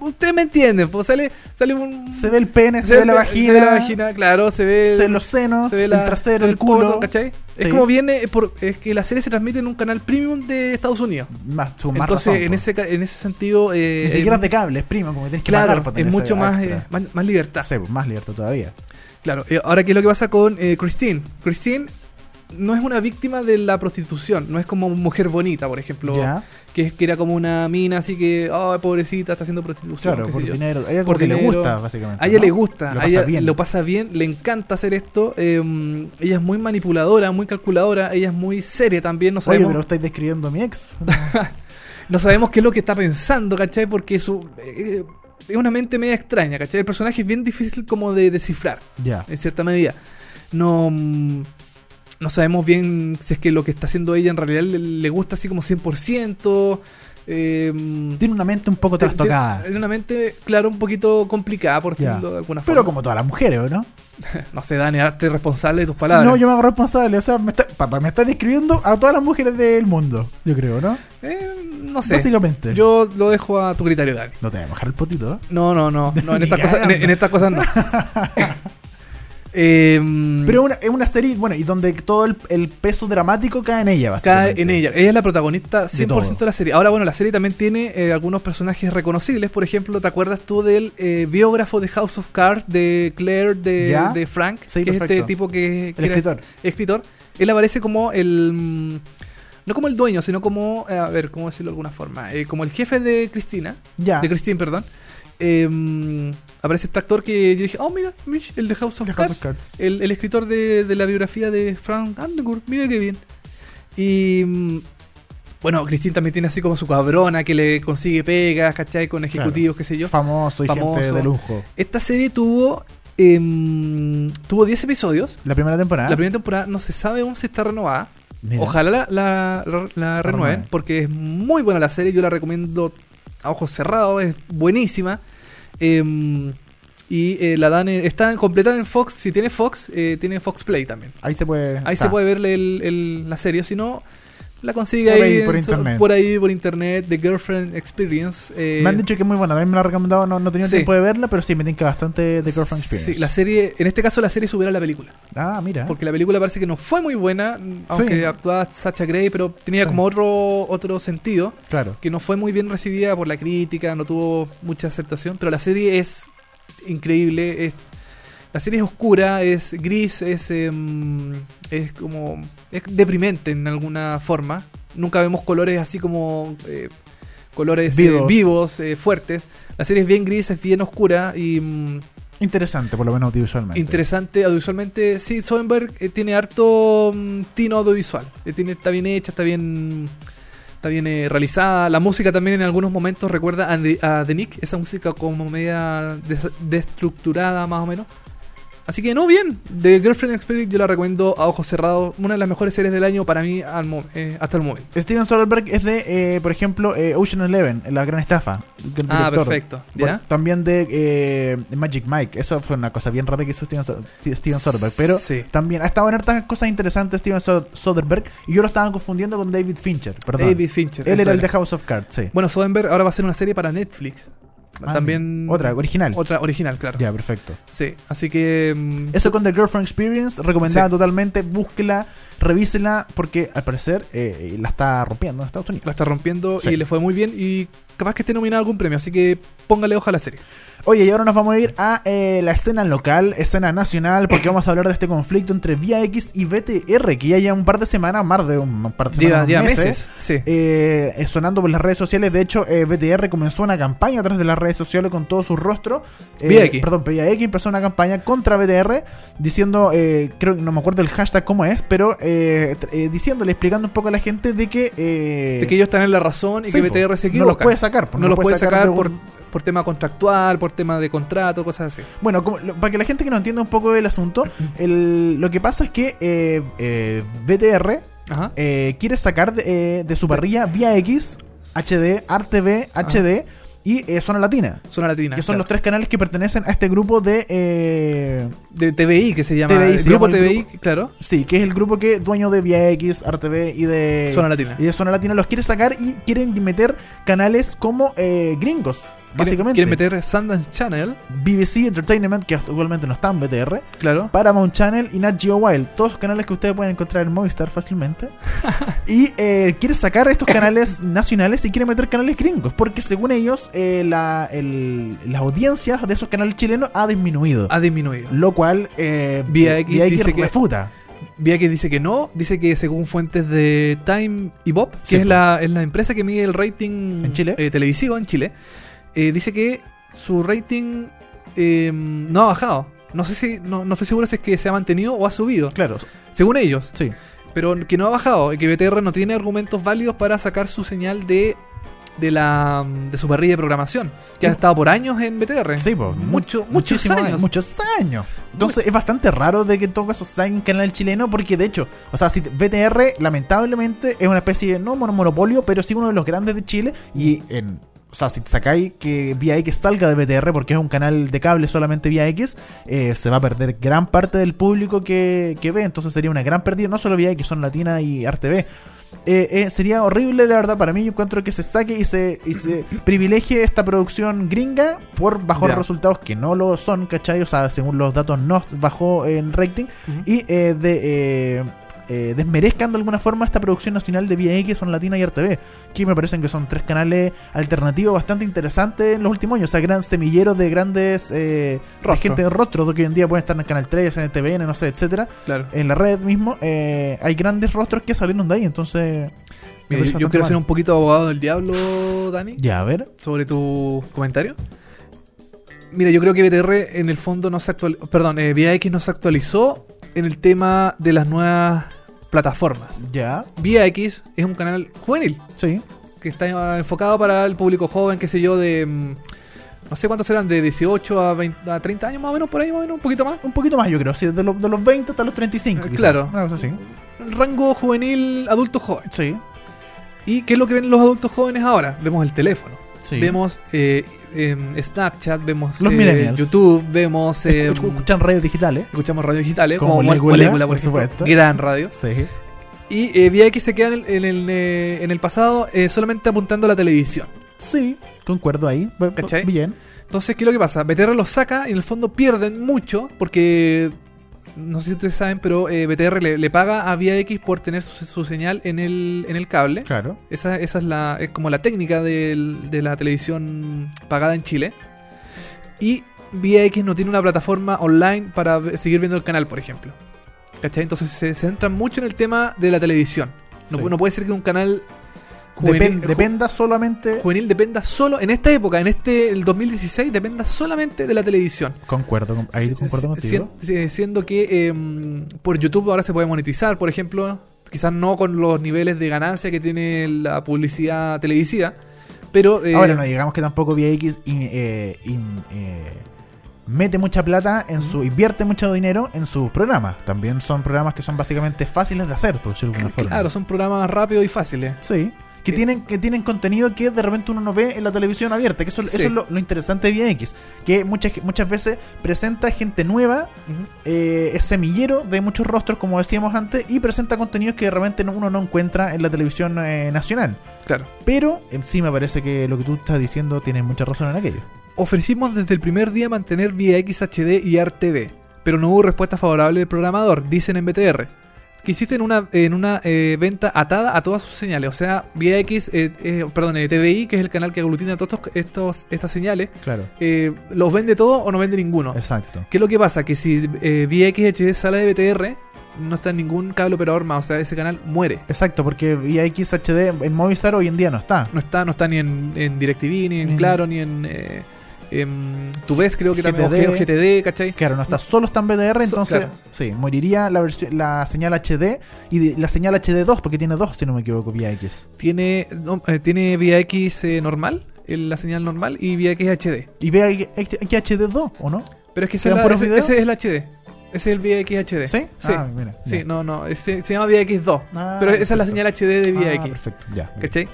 S2: ustedes me entienden. Pues sale, sale un...
S3: Se ve el pene, se,
S2: se
S3: ve la vagina.
S2: Se ve la vagina, claro. Se ve...
S3: se ven los senos,
S2: se ve la-
S3: el trasero,
S2: se ve
S3: el culo.
S2: poto, ¿cachai? Es
S3: Sí.
S2: como viene, por, es que la serie se transmite en un canal premium de Estados Unidos.
S3: Más, su más
S2: Entonces,
S3: razón,
S2: en,
S3: po.
S2: ese, ca- en ese sentido. eh,
S3: Ni siquiera
S2: eh,
S3: es de cable, es prima, como que tienes que pagar
S2: Claro,
S3: para
S2: es
S3: tener ese
S2: mucho más,
S3: extra.
S2: eh, más, más libertad.
S3: Sí, pues, más libertad todavía.
S2: Claro, eh, ahora, ¿qué es lo que pasa con eh, Christine? Christine no es una víctima de la prostitución, no es como mujer bonita, por ejemplo,
S3: ya,
S2: que, es- que era como una mina, así que, oh, pobrecita, está haciendo prostitución.
S3: claro,
S2: qué sé
S3: por
S2: yo.
S3: dinero. A ella
S2: Por
S3: porque le
S2: dinero.
S3: gusta, básicamente.
S2: A ella
S3: ¿no?
S2: le gusta,
S3: Lo
S2: a
S3: pasa
S2: ella
S3: bien.
S2: lo pasa bien, le encanta hacer esto. eh, ella es muy manipuladora, muy calculadora, ella es muy seria también. No
S3: Oye,
S2: sabemos,
S3: pero estáis describiendo a mi ex.
S2: no sabemos qué es lo que está pensando, ¿cachai? Porque su, eh, es una mente media extraña, ¿cachai? El personaje es bien difícil como de descifrar,
S3: ya.
S2: en cierta medida. No, mm, no sabemos bien si es que lo que está haciendo ella en realidad le, le gusta así como 100%. eh,
S3: Tiene una mente un poco trastocada.
S2: es una mente, claro, un poquito complicada, por
S3: Ya.
S2: decirlo de alguna forma.
S3: Pero como todas las mujeres, ¿o ¿no?
S2: No sé, Dani, hazte responsable de tus palabras.
S3: Si no, yo me hago responsable. O sea, me está, papá, me está describiendo a todas las mujeres del mundo, yo creo, ¿no?
S2: Eh, no sé.
S3: Básicamente.
S2: Yo lo dejo a tu criterio, Dani.
S3: No te voy a bajar el potito, ¿eh?
S2: No, no, no. no, en,
S3: Ni
S2: estas cosas, en,
S3: cagando.
S2: en estas cosas no. Em,
S3: Pero una- es una serie, bueno, y donde todo el, el peso dramático cae en ella, básicamente.
S2: cae en ella. Ella es la protagonista 100% de,
S3: todo.
S2: la serie. Ahora, bueno, la serie también tiene eh, algunos personajes reconocibles. Por ejemplo, ¿te acuerdas tú del eh, biógrafo de House of Cards de Claire de,
S3: Ya.
S2: de Frank?
S3: Sí,
S2: que es este
S3: perfecto.
S2: tipo que, que
S3: El
S2: era-
S3: escritor.
S2: escritor. Él aparece como el. mm, No como el dueño, sino como. eh, A ver, ¿cómo decirlo de alguna forma? Eh, como el jefe de Cristina.
S3: Ya.
S2: De Christine, perdón. Eh, aparece este actor que yo dije, oh, mira, Mitch, el de House of
S3: The
S2: Cards.
S3: House of Cards.
S2: El, el escritor de, de la biografía de Frank Underwood. Mira qué bien. Y. mm, Bueno, Christine también tiene así como su cabrona que le consigue pegas, ¿cachai? Con ejecutivos, qué sé yo.
S3: Famoso y
S2: Famoso.
S3: gente de lujo.
S2: Esta serie tuvo. em, tuvo 10 episodios.
S3: La primera temporada.
S2: La primera temporada no se sabe aún si está renovada.
S3: ¿Ah? Mira.
S2: Ojalá la, la- la- la renueven,
S3: renueven.
S2: porque es muy buena la serie. Yo la recomiendo a ojos cerrados, es buenísima. Em, y eh, la dan en- está completa en Fox. Si tiene Fox, eh, tiene Fox Play también.
S3: Ahí se puede.
S2: Ahí
S3: está.
S2: se puede ver el- el- la serie, o si no, la consigue
S3: Por
S2: ahí,
S3: ahí, por
S2: en-
S3: internet.
S2: por ahí, por internet, The Girlfriend Experience. eh,
S3: Me han dicho que es muy buena. También me la han recomendado. No, no he tenido
S2: Sí.
S3: tiempo de verla, pero sí, me tinca bastante The Girlfriend Experience.
S2: Sí, la serie, en este caso la serie supera la película.
S3: Ah, mira.
S2: Porque la película parece que no fue muy buena, aunque actuaba Sacha Grey, pero tenía
S3: Sí.
S2: como otro, otro sentido.
S3: Claro.
S2: que no fue muy bien recibida por la crítica, no tuvo mucha aceptación, pero la serie es increíble, es la serie es oscura, es gris, es em, es como es deprimente en alguna forma. Nunca vemos colores así como eh, colores eh,
S3: Vivos.
S2: vivos, eh, fuertes. La serie es bien gris, es bien oscura y mm,
S3: Interesante, por lo menos audiovisualmente.
S2: interesante audiovisualmente. Sí, Soderbergh eh, tiene harto mm, tino audiovisual. Eh, tiene, está bien hecha, está bien está bien eh, realizada. La música también en algunos momentos recuerda a The, a The Nick, esa música como media des- destructurada más o menos. Así que no, bien. The Girlfriend Experience yo la recomiendo a ojos cerrados. Una de las mejores series del año para mí al mo- eh, hasta el momento.
S3: Steven Soderbergh es de, eh, por ejemplo, eh, Ocean Eleven, La Gran Estafa. el gran
S2: Ah,
S3: director.
S2: perfecto.
S3: Bueno,
S2: ¿Ya?
S3: también de eh, Magic Mike. Eso fue una cosa bien rara que hizo Steven, So- sí, Steven Soderbergh. Pero
S2: Sí.
S3: también ha estado en hartas cosas interesantes Steven So- Soderbergh. Y yo lo estaba confundiendo con David Fincher. Perdón.
S2: David Fincher.
S3: Él
S2: eso
S3: era el
S2: era.
S3: de House of Cards, sí.
S2: Bueno, Soderbergh ahora va a hacer una serie para Netflix.
S3: Ah,
S2: también...
S3: Otra, original.
S2: Otra original, claro.
S3: Ya, perfecto.
S2: Sí, así que... mm,
S3: Eso con The Girlfriend Experience, recomendada
S2: Sí.
S3: totalmente. Búsquela, revísela, porque al parecer eh, la eh, está rompiendo en Estados Unidos.
S2: la está rompiendo
S3: Sí.
S2: y le fue muy bien. Y capaz que esté nominada a algún premio, así que póngale hoja a la serie.
S3: Oye, y ahora nos vamos a ir a eh, la escena local, escena nacional, porque vamos a hablar de este conflicto entre Vía X y BTR, que ya lleva un par de semanas, más de un, un par de
S2: Lleva,
S3: semanas,
S2: lleva
S3: meses,
S2: meses, sí.
S3: eh, eh, sonando por las redes sociales. De hecho, eh, BTR comenzó una campaña atrás de las redes sociales con todo su rostro. Eh,
S2: Vía X.
S3: Perdón, Vía X empezó una campaña contra BTR diciendo, eh, creo que no me acuerdo el hashtag cómo es, pero eh, tr- eh, diciéndole, explicando un poco a la gente de que... eh,
S2: de que ellos están en la razón y
S3: sí,
S2: que BTR se
S3: po, no los
S2: equivoca.
S3: puede sacar, po,
S2: no, los puede sacar,
S3: de un-
S2: por, por tema contractual, por tema de contrato, cosas así.
S3: Bueno, como- lo- para que la gente que no entienda un poco el asunto, el- lo que pasa es que eh, eh, BTR
S2: Ajá.
S3: eh, quiere sacar de, eh, de su parrilla Vía X, HD, ArtV, HD y eh, Zona Latina.
S2: Zona latina.
S3: Que son los
S2: claro.
S3: tres canales que pertenecen a este grupo de... eh,
S2: de TVI que se llama.
S3: TVI,
S2: el
S3: se
S2: grupo
S3: llama el
S2: TVI, claro.
S3: sí, que es el grupo que dueño de Vía X, ArtV y de...
S2: Zona Latina.
S3: Y de Zona Latina los quiere sacar y quieren meter canales como eh, gringos, básicamente.
S2: Quieren meter Sundance Channel,
S3: BBC Entertainment, que actualmente no está en BTR.
S2: claro.
S3: Paramount Channel y Nat Geo Wild. Todos los canales que ustedes pueden encontrar en Movistar fácilmente. y eh, quiere sacar estos canales nacionales y quiere meter canales gringos. Porque según ellos, eh, la, el- las audiencias de esos canales chilenos ha disminuido.
S2: Ha disminuido.
S3: Lo cual eh,
S2: Vía Ah. X
S3: Vía
S2: dice que-
S3: refuta.
S2: Vía que dice que no, dice que según fuentes de Time y Bob, que
S3: Sí,
S2: es,
S3: po.
S2: la, es la empresa que mide el rating
S3: ¿En Chile?
S2: eh, televisivo en Chile, eh, dice que su rating eh, no ha bajado. No sé si, no, no estoy seguro si es que se ha mantenido o ha subido,
S3: Claro,
S2: según ellos,
S3: sí.
S2: pero que no ha bajado, y que BTR no tiene argumentos válidos para sacar su señal de de la de su parrilla de programación, que ha estado por años en BTR.
S3: Sí, po.
S2: Mucho-
S3: Mu-
S2: muchos
S3: muchísimos
S2: años.
S3: Muchos años. Entonces es bastante raro de que en todo caso salga en canal chileno porque de hecho, o sea, si te- BTR lamentablemente es una especie de, no mono- monopolio, pero sí uno de los grandes de Chile y en... O sea, si te sacáis que Vía X salga de BTR porque es un canal de cable solamente Vía X, eh, se va a perder gran parte del público que, que ve. Entonces sería una gran pérdida, no solo Vía X, son Latina y RTV. Eh, eh, sería horrible, la verdad, para mí. Yo encuentro que se saque y se, y se privilegie esta producción gringa por bajos
S2: Ya.
S3: resultados que no lo son, ¿cachai? O sea, según los datos, no bajó en rating. Y eh, de, eh, eh, desmerezcan de alguna forma esta producción nacional de VX, Son Latina y RTV, que me parecen que son tres canales alternativos bastante interesantes en los últimos años. O sea, gran semillero de grandes. Eh,
S2: Rostro.
S3: gente de rostro que hoy en día pueden estar en Canal 3, en TVN, no sé, etcétera
S2: Claro.
S3: en la red mismo, eh, hay grandes rostros que salieron de ahí, entonces... me
S2: Mira,
S3: parece
S2: Eh, yo, yo
S3: bastante
S2: quiero ser
S3: mal.
S2: un poquito abogado del diablo, Dani.
S3: Ya, a ver.
S2: sobre tu comentario. Mira, yo creo que BTR en el fondo no se actualizó. Perdón, eh, Vía X no se actualizó en el tema de las nuevas plataformas.
S3: Ya,
S2: Vía X es un canal juvenil
S3: sí.
S2: que está enfocado para el público joven, qué sé yo, de. mm, No sé cuántos serán, de 18 a, 20 a 30 años más o menos, por ahí más o menos, un poquito más.
S3: Un poquito más, yo creo, sí, de, los de los 20 hasta los 35.
S2: Eh,
S3: quizás.
S2: claro.
S3: Una cosa así.
S2: El rango juvenil adulto joven.
S3: Sí,
S2: ¿Y qué es lo que ven los adultos jóvenes ahora? Vemos el teléfono.
S3: sí.
S2: Vemos eh, em, Snapchat, vemos
S3: Los
S2: eh,
S3: millennials.
S2: YouTube, vemos... em,
S3: Escu- Escuchan redes digitales.
S2: Escuchamos radio digitales,
S3: Como
S2: como,
S3: Molécula,
S2: Molécula, por
S3: por
S2: ejemplo.
S3: supuesto.
S2: Gran radio.
S3: Sí.
S2: Y eh, Vía X se queda en el, en el, eh, en el pasado eh, solamente apuntando a la televisión.
S3: Sí, concuerdo ahí. Bu- bu-
S2: ¿Cachai?
S3: Bien.
S2: Entonces, ¿qué es lo que pasa? BTR los saca y en el fondo pierden mucho porque... No sé si ustedes saben, pero eh, BTR le, le paga a Vía X por tener su, su señal en el, en el cable.
S3: Claro.
S2: Esa, esa es, la, es como la técnica del- de la televisión pagada en Chile. Y Vía X no tiene una plataforma online para ve- seguir viendo el canal, por ejemplo. ¿Cachai? Entonces se centran mucho en el tema de la televisión. No,
S3: Sí.
S2: pu- no puede ser que un canal juvenil,
S3: Depen-
S2: ju-
S3: dependa solamente...
S2: juvenil dependa solo, en esta época, en este el 2016, dependa solamente de la televisión.
S3: Concuerdo, con- ahí
S2: Si-
S3: concuerdo
S2: si-
S3: contigo.
S2: si- eh, siendo que em, por YouTube ahora se puede monetizar, por ejemplo, quizás no con los niveles de ganancia que tiene la publicidad televisiva, pero eh,
S3: Ahora, no digamos que tampoco VX in- eh, in- eh, mete mucha plata en su. invierte mucho dinero en sus programas. También son programas que son básicamente fáciles de hacer, por decirlo de alguna forma.
S2: claro, son programas rápidos y fáciles.
S3: Sí. Que
S2: Eh.
S3: tienen, que tienen contenido que de repente uno no ve en la televisión abierta. Que eso, eso
S2: Sí.
S3: es lo, lo interesante de VX. Que muchas, muchas veces presenta gente nueva,
S2: Ujú.
S3: eh, es semillero de muchos rostros, como decíamos antes, y presenta contenidos que de repente no- uno no encuentra en la televisión eh, nacional.
S2: Claro.
S3: Pero eh, sí me parece que lo que tú estás diciendo tiene mucha razón en aquello.
S2: Ofrecimos desde el primer día mantener vía XHD y RTV, pero no hubo respuesta favorable del programador, dicen en BTR. que hiciste en una, en una eh, venta atada a todas sus señales. O sea, VX, eh, eh, perdón, eh, TVI, que es el canal que aglutina todas estos, estas señales,
S3: Claro.
S2: eh, ¿los vende todo o no vende ninguno?
S3: Exacto.
S2: ¿Qué es lo que pasa? Que si eh, VX HD sale de BTR, no está en ningún cable operador más. O sea, ese canal muere.
S3: Exacto, porque VIX HD en Movistar hoy en día no está.
S2: No está, no está ni en, en DirecTV, ni en
S3: Ni-
S2: Claro, ni en... Eh, em, tu ves creo que también o
S3: GTD.
S2: G- o GTD, ¿cachai?
S3: Claro, no está, solo está en BDR,
S2: So-
S3: entonces
S2: claro.
S3: sí, moriría la, versión- la señal HD y de- la señal HD2, porque tiene dos, si no me equivoco, VIX.
S2: Tiene, no, eh, tiene VX eh, normal, el- la señal normal, y VX HD.
S3: Y VIX HD2, ¿o no?
S2: Pero es que esa es
S3: ¿Quedan
S2: la-
S3: puros
S2: ese,
S3: videos?
S2: ese es el HD. Ese es el VX HD.
S3: ¿Sí?
S2: Sí,
S3: Ah, mira,
S2: Sí,
S3: ya.
S2: no, no. ese- se llama VX2.
S3: Ah,
S2: pero esa es la
S3: perfecto.
S2: señal HD de
S3: Ah,
S2: VX.
S3: perfecto, ya.
S2: ¿Cachai?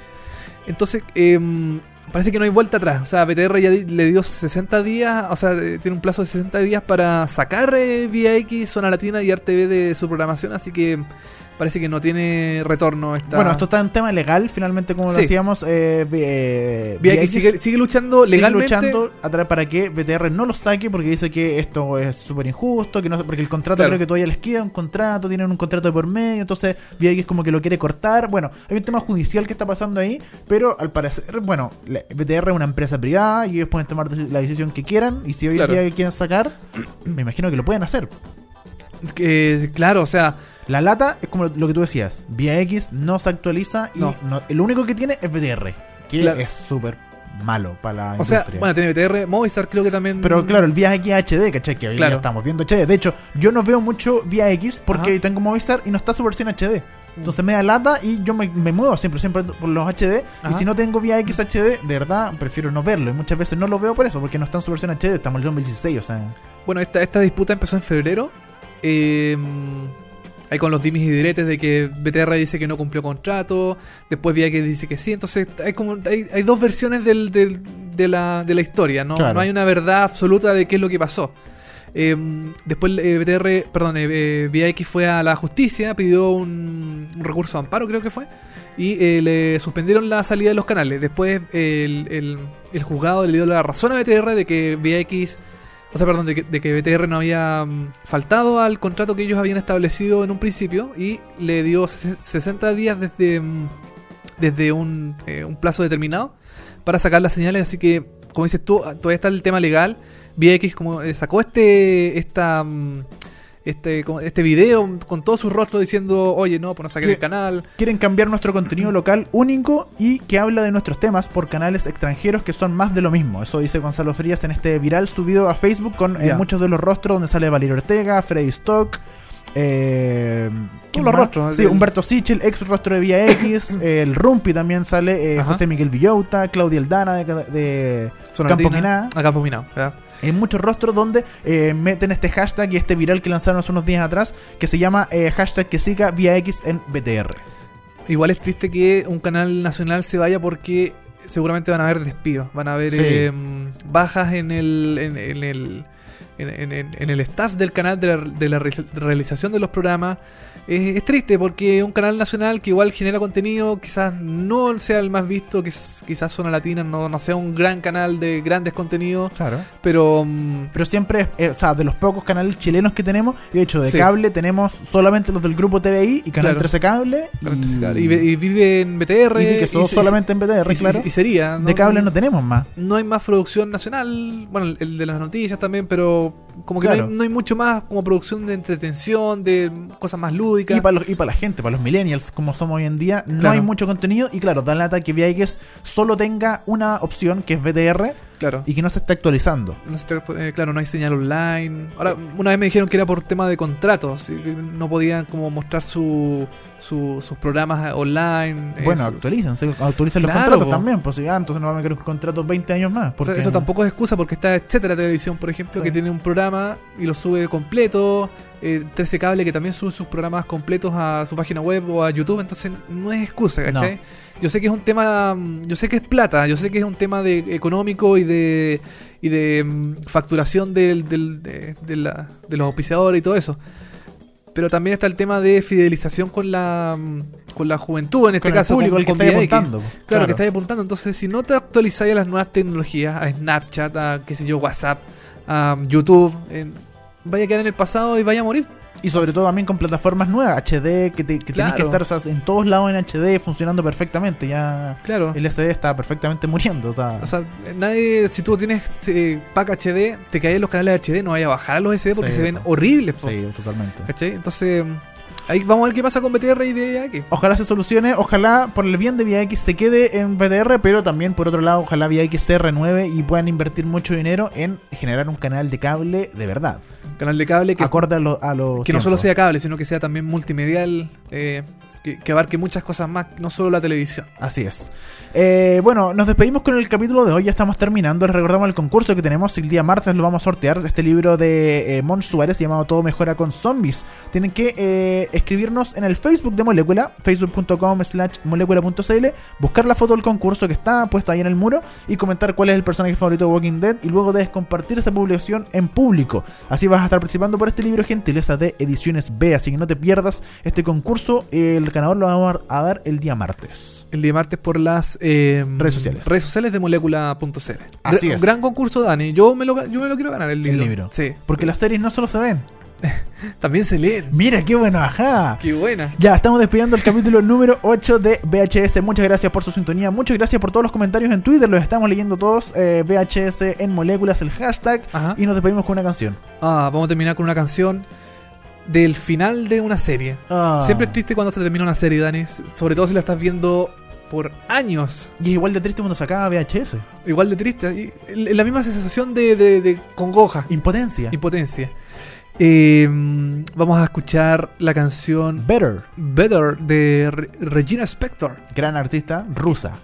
S2: Entonces, em, parece que no hay vuelta atrás. O sea, BTR ya di- le dio 60 días, o sea, eh, tiene un plazo de 60 días para sacar eh, VX, Zona Latina y RTV de su programación, así que parece que no tiene retorno esta...
S3: Bueno, esto está en tema legal, finalmente, como lo
S2: Sí.
S3: decíamos, eh, vi- eh,
S2: VX sigue, sigue luchando
S3: sigue
S2: legalmente.
S3: luchando a tra- para que BTR no lo saque porque dice que esto es súper injusto, que no porque el contrato
S2: Claro.
S3: creo que todavía les queda un contrato, tienen un contrato de por medio, entonces VX como que lo quiere cortar. Bueno, hay un tema judicial que está pasando ahí, pero al parecer, bueno, la- BTR es una empresa privada y ellos pueden tomar deci- la decisión que quieran y si hoy en
S2: Claro.
S3: día quieren sacar, me imagino que lo pueden hacer.
S2: Que, Eh, claro, o sea,
S3: La lata es como lo que tú decías, VX no se actualiza y
S2: No.
S3: no- el único que tiene es BTR, que
S2: Claro.
S3: es súper malo para la
S2: o sea,
S3: industria.
S2: bueno, tiene BTR, Movistar creo que también...
S3: Pero claro, el VIX HD, ¿cachai? Que hoy
S2: Claro.
S3: día estamos viendo HD. De hecho, yo no veo mucho VIX porque
S2: Ajá.
S3: tengo Movistar y no está su versión HD. Entonces me da lata y yo me, me muevo siempre, siempre por los HD.
S2: Ajá.
S3: Y si no tengo VIX HD, de verdad, prefiero no verlo. Y muchas veces no lo veo por eso, porque no está en su versión HD. Estamos en el 2016, o sea.
S2: Bueno, esta, esta disputa empezó en febrero. Eh, hay con los dimis y diretes de que BTR dice que no cumplió contrato. Después VIX dice que sí. Entonces hay como hay, hay dos versiones del- del- de, la, de la historia. ¿no?
S3: Claro.
S2: no hay una verdad absoluta de qué es lo que pasó. Eh, después eh, BTR, perdón, eh, eh, VIX fue a la justicia, pidió un, un recurso de amparo, creo que fue, y eh, le suspendieron la salida de los canales. Después el, el- el juzgado le dio la razón a BTR de que VIX, o sea, perdón, de que, de que BTR no había mm, faltado al contrato que ellos habían establecido en un principio y le dio ses- 60 días desde, mm, desde un, eh, un plazo determinado para sacar las señales. Así que, como dices tú, ah, todavía está el tema legal. VX como eh, sacó este esta mm, este como- este video con todo su rostro diciendo, "Oye, no, pues no saqué
S3: ¿Qué?
S2: el canal."
S3: Quieren cambiar nuestro contenido local único y que habla de nuestros temas por canales extranjeros que son más de lo mismo. Eso dice Gonzalo Frías en este viral subido a Facebook con eh,
S2: Ya.
S3: muchos de los rostros donde sale Valerio Ortega, Freddy Stock. Eh, ¿quién
S2: los
S3: más?
S2: rostros,
S3: Sí,
S2: el-
S3: Humberto Sichel, ex rostro de Vía X. eh, el Rumpi también sale. eh,
S2: Ajá.
S3: José Miguel Villota, Claudia Aldana de, de Campo Minado.
S2: A Campo Minado, ¿verdad?
S3: Hay muchos rostros donde eh, meten este hashtag y este viral que lanzaron hace unos días atrás que se llama eh, hashtag que siga Vía X en BTR.
S2: Igual es triste que un canal nacional se vaya porque seguramente van a haber despidos, van a haber
S3: Sí.
S2: eh, mm, bajas en el, en, en el en, en- en- en el staff del canal de la, de la re- realización de los programas. Es, es triste porque un canal nacional que igual genera contenido, quizás no sea el más visto, quizás, quizás Zona Latina no, no sea un gran canal de grandes contenidos,
S3: Claro.
S2: pero mm,
S3: Pero siempre, eh, o sea, de los pocos canales chilenos que tenemos, y de hecho de
S2: Sí.
S3: cable tenemos solamente los del grupo TVI y Canal
S2: Claro.
S3: 13 Cable.
S2: y, y vive en BTR
S3: y vi que son
S2: se-
S3: solamente en BTR,
S2: y- y-
S3: claro.
S2: y sería
S3: de cable no tenemos más.
S2: no hay más producción nacional, bueno, el- el de las noticias también, pero como que
S3: Claro.
S2: no, hay, no hay mucho más como producción de entretención, de cosas más lúdicas.
S3: Y para, los- y para la gente, para los millennials, como somos hoy en día, no
S2: Claro.
S3: hay mucho contenido. Y claro, da lata que VIX solo tenga una opción, que es BTR,
S2: claro.
S3: y que no se está actualizando.
S2: No se te- eh, claro, no hay señal online. Ahora, una vez me dijeron que era por tema de contratos, y que no podían como mostrar su, su- sus programas online. eh,
S3: Bueno,
S2: su-
S3: actualizan, se actualizan los
S2: Claro,
S3: contratos
S2: po.
S3: también. Pues ah, entonces no van a quedar contratos 20 años más.
S2: o sea,
S3: Porque
S2: eso tampoco es excusa porque está etcétera televisión, por ejemplo,
S3: Sí.
S2: que tiene un programa y lo sube completo, eh, 13 cable que también sube sus programas completos a su página web o a YouTube, entonces no es excusa, ¿cachai? Yo sé que es un tema, mm, yo sé que es plata, yo sé que es un tema de económico y de y de mm, facturación del, del- de, de la- de los auspiciadores y todo eso. Pero también está el tema de fidelización con la mm, con la juventud en este
S3: con el
S2: caso,
S3: público
S2: con-
S3: al que
S2: con
S3: estáis
S2: VX.
S3: apuntando. po.
S2: Claro, que estáis apuntando. Entonces, si no te actualizáis a las nuevas tecnologías, a um, Snapchat, a qué sé yo, WhatsApp, a YouTube, eh, vaya a quedar en el pasado y vaya a morir.
S3: Y sobre todo también con plataformas nuevas, HD, que, te- que tenés que
S2: Claro.
S3: estar o sea, en todos lados en HD funcionando perfectamente. Ya
S2: Claro.
S3: el SD está perfectamente muriendo. O sea,
S2: O sea, nadie, si tú tienes eh, pack HD, te caes en los canales HD, no vayas a bajar a los SD porque
S3: Sí,
S2: se ven
S3: po.
S2: horribles. po.
S3: sí, totalmente.
S2: ¿Cachai? Entonces, um, ahí vamos a ver qué pasa con BTR y BDA. que-
S3: Ojalá se solucione, ojalá por el bien de VIX se quede en BTR, pero también por otro lado, ojalá VIX se renueve y puedan invertir mucho dinero en generar un canal de cable de verdad.
S2: Canal de cable que,
S3: acorde a los. a los
S2: que no solo
S3: tiempos.
S2: sea cable, sino que sea también multimedial, eh, que, que abarque muchas cosas más, no solo la televisión.
S3: Así es. Eh, bueno, nos despedimos con el capítulo de hoy, ya estamos terminando. Les recordamos el concurso que tenemos el día martes, lo vamos a sortear. Este libro de eh, Mon Suárez llamado Todo Mejora con Zombies. Tienen que eh, escribirnos en el Facebook de Molécula, facebook.com slash molécula.cl, buscar la foto del concurso que está puesta ahí en el muro y comentar cuál es el personaje favorito de Walking Dead y luego debes compartir esa publicación en público. Así vas a estar participando por este libro Gentileza de Ediciones B, así que no te pierdas este concurso. El ganador lo vamos a dar el día martes.
S2: El día martes por las eh,
S3: Redes sociales.
S2: redes sociales de molécula.cl.
S3: Así
S2: Gr-
S3: es.
S2: Gran concurso, Dani. Yo me, lo, ga- yo me lo quiero ganar el libro.
S3: libro.
S2: Sí.
S3: Porque las series no solo se ven.
S2: También se leen.
S3: Mira, qué bueno, ajá.
S2: Qué buena.
S3: Ya, estamos despidiendo el capítulo número 8 de VHS. Muchas gracias por su sintonía. Muchas gracias por todos los comentarios en Twitter. Los estamos leyendo todos. eh, VHS en moléculas, el hashtag.
S2: Ajá.
S3: Y nos despedimos con una canción.
S2: Ah, vamos a terminar con una canción del final de una serie.
S3: Ah.
S2: Siempre es triste cuando se termina una serie, Dani. s- Sobre todo si la estás viendo por años.
S3: Y igual de triste cuando sacaba VHS.
S2: Igual de triste. y- l- La misma sensación de, de- de congoja,
S3: Impotencia.
S2: impotencia. Eh, vamos a escuchar la canción
S3: Better.
S2: Better de Re- Regina Spector.
S3: Gran artista rusa.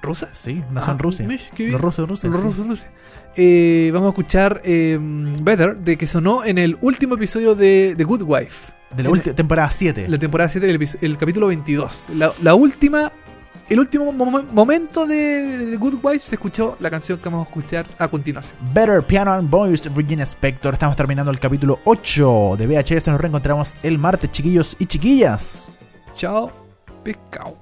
S2: ¿Rusa?
S3: Sí, nació
S2: Ah,
S3: en Rusia.
S2: mish, qué bien.
S3: Los rusos, rusos.
S2: Los
S3: sí.
S2: rusos, Rusia. Eh, vamos a escuchar eh, Better de que sonó en el último episodio de The Good Wife.
S3: De la
S2: En-
S3: última temporada 7.
S2: La temporada 7, el, episo- el capítulo 22. La, la última. El último mom- momento de, de Good Wife se escuchó la canción que vamos a escuchar a continuación.
S3: Better Piano and Voice, Regina Spector. Estamos terminando el capítulo 8 de VHS. Nos reencontramos el martes, chiquillos y chiquillas.
S2: Chao, pescado.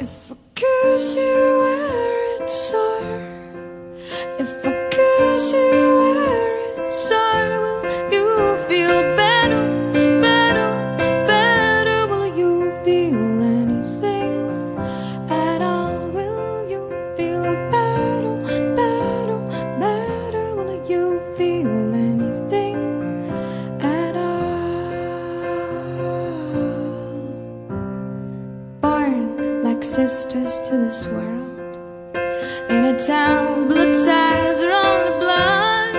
S4: If I kiss you where it sore, if I kiss you where it sore, will you feel better, better, better? Will you feel anything at all? Will you feel better, better, better? Will you feel anything at all? born like sisters to this world. In a town, blood ties are on the blood.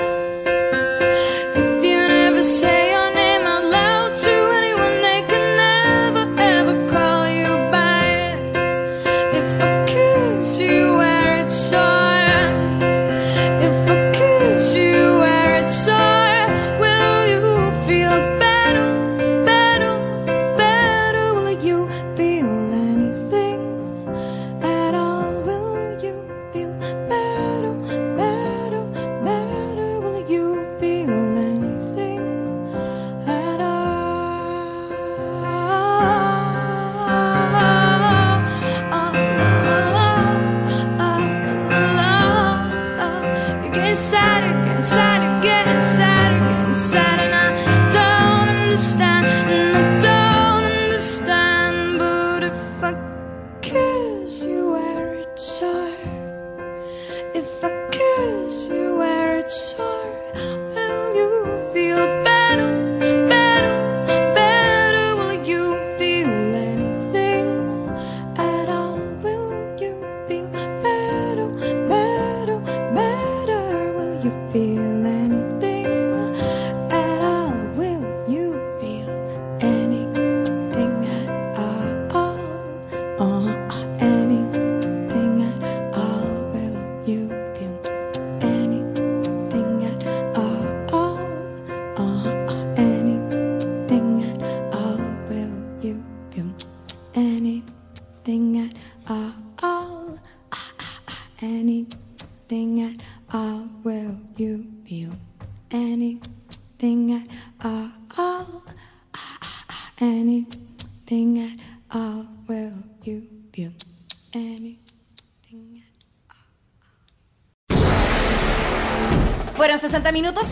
S4: If you never say your name out loud to anyone, they can never ever call you by it. If I kiss you where it's sore, if I kiss you where it's sore, will you feel better, better, better? Will you feel anything at all? Will you feel better, better, better? Will you feel anything at all? You get sad again, sad again, sad again, sad And I don't understand, and I don't understand But if I kiss you where it's sore If I kiss you where it's sore Will you feel better, better, better Will you feel anything at all? Will you feel better, better, better? Will you feel anything at all? Will you feel anything at all? Uh, anything at all? Will you feel anything at all? Uh, anything at all? Will you feel anything?
S7: anything at all will you feel anything at
S1: Fueron 60 minutos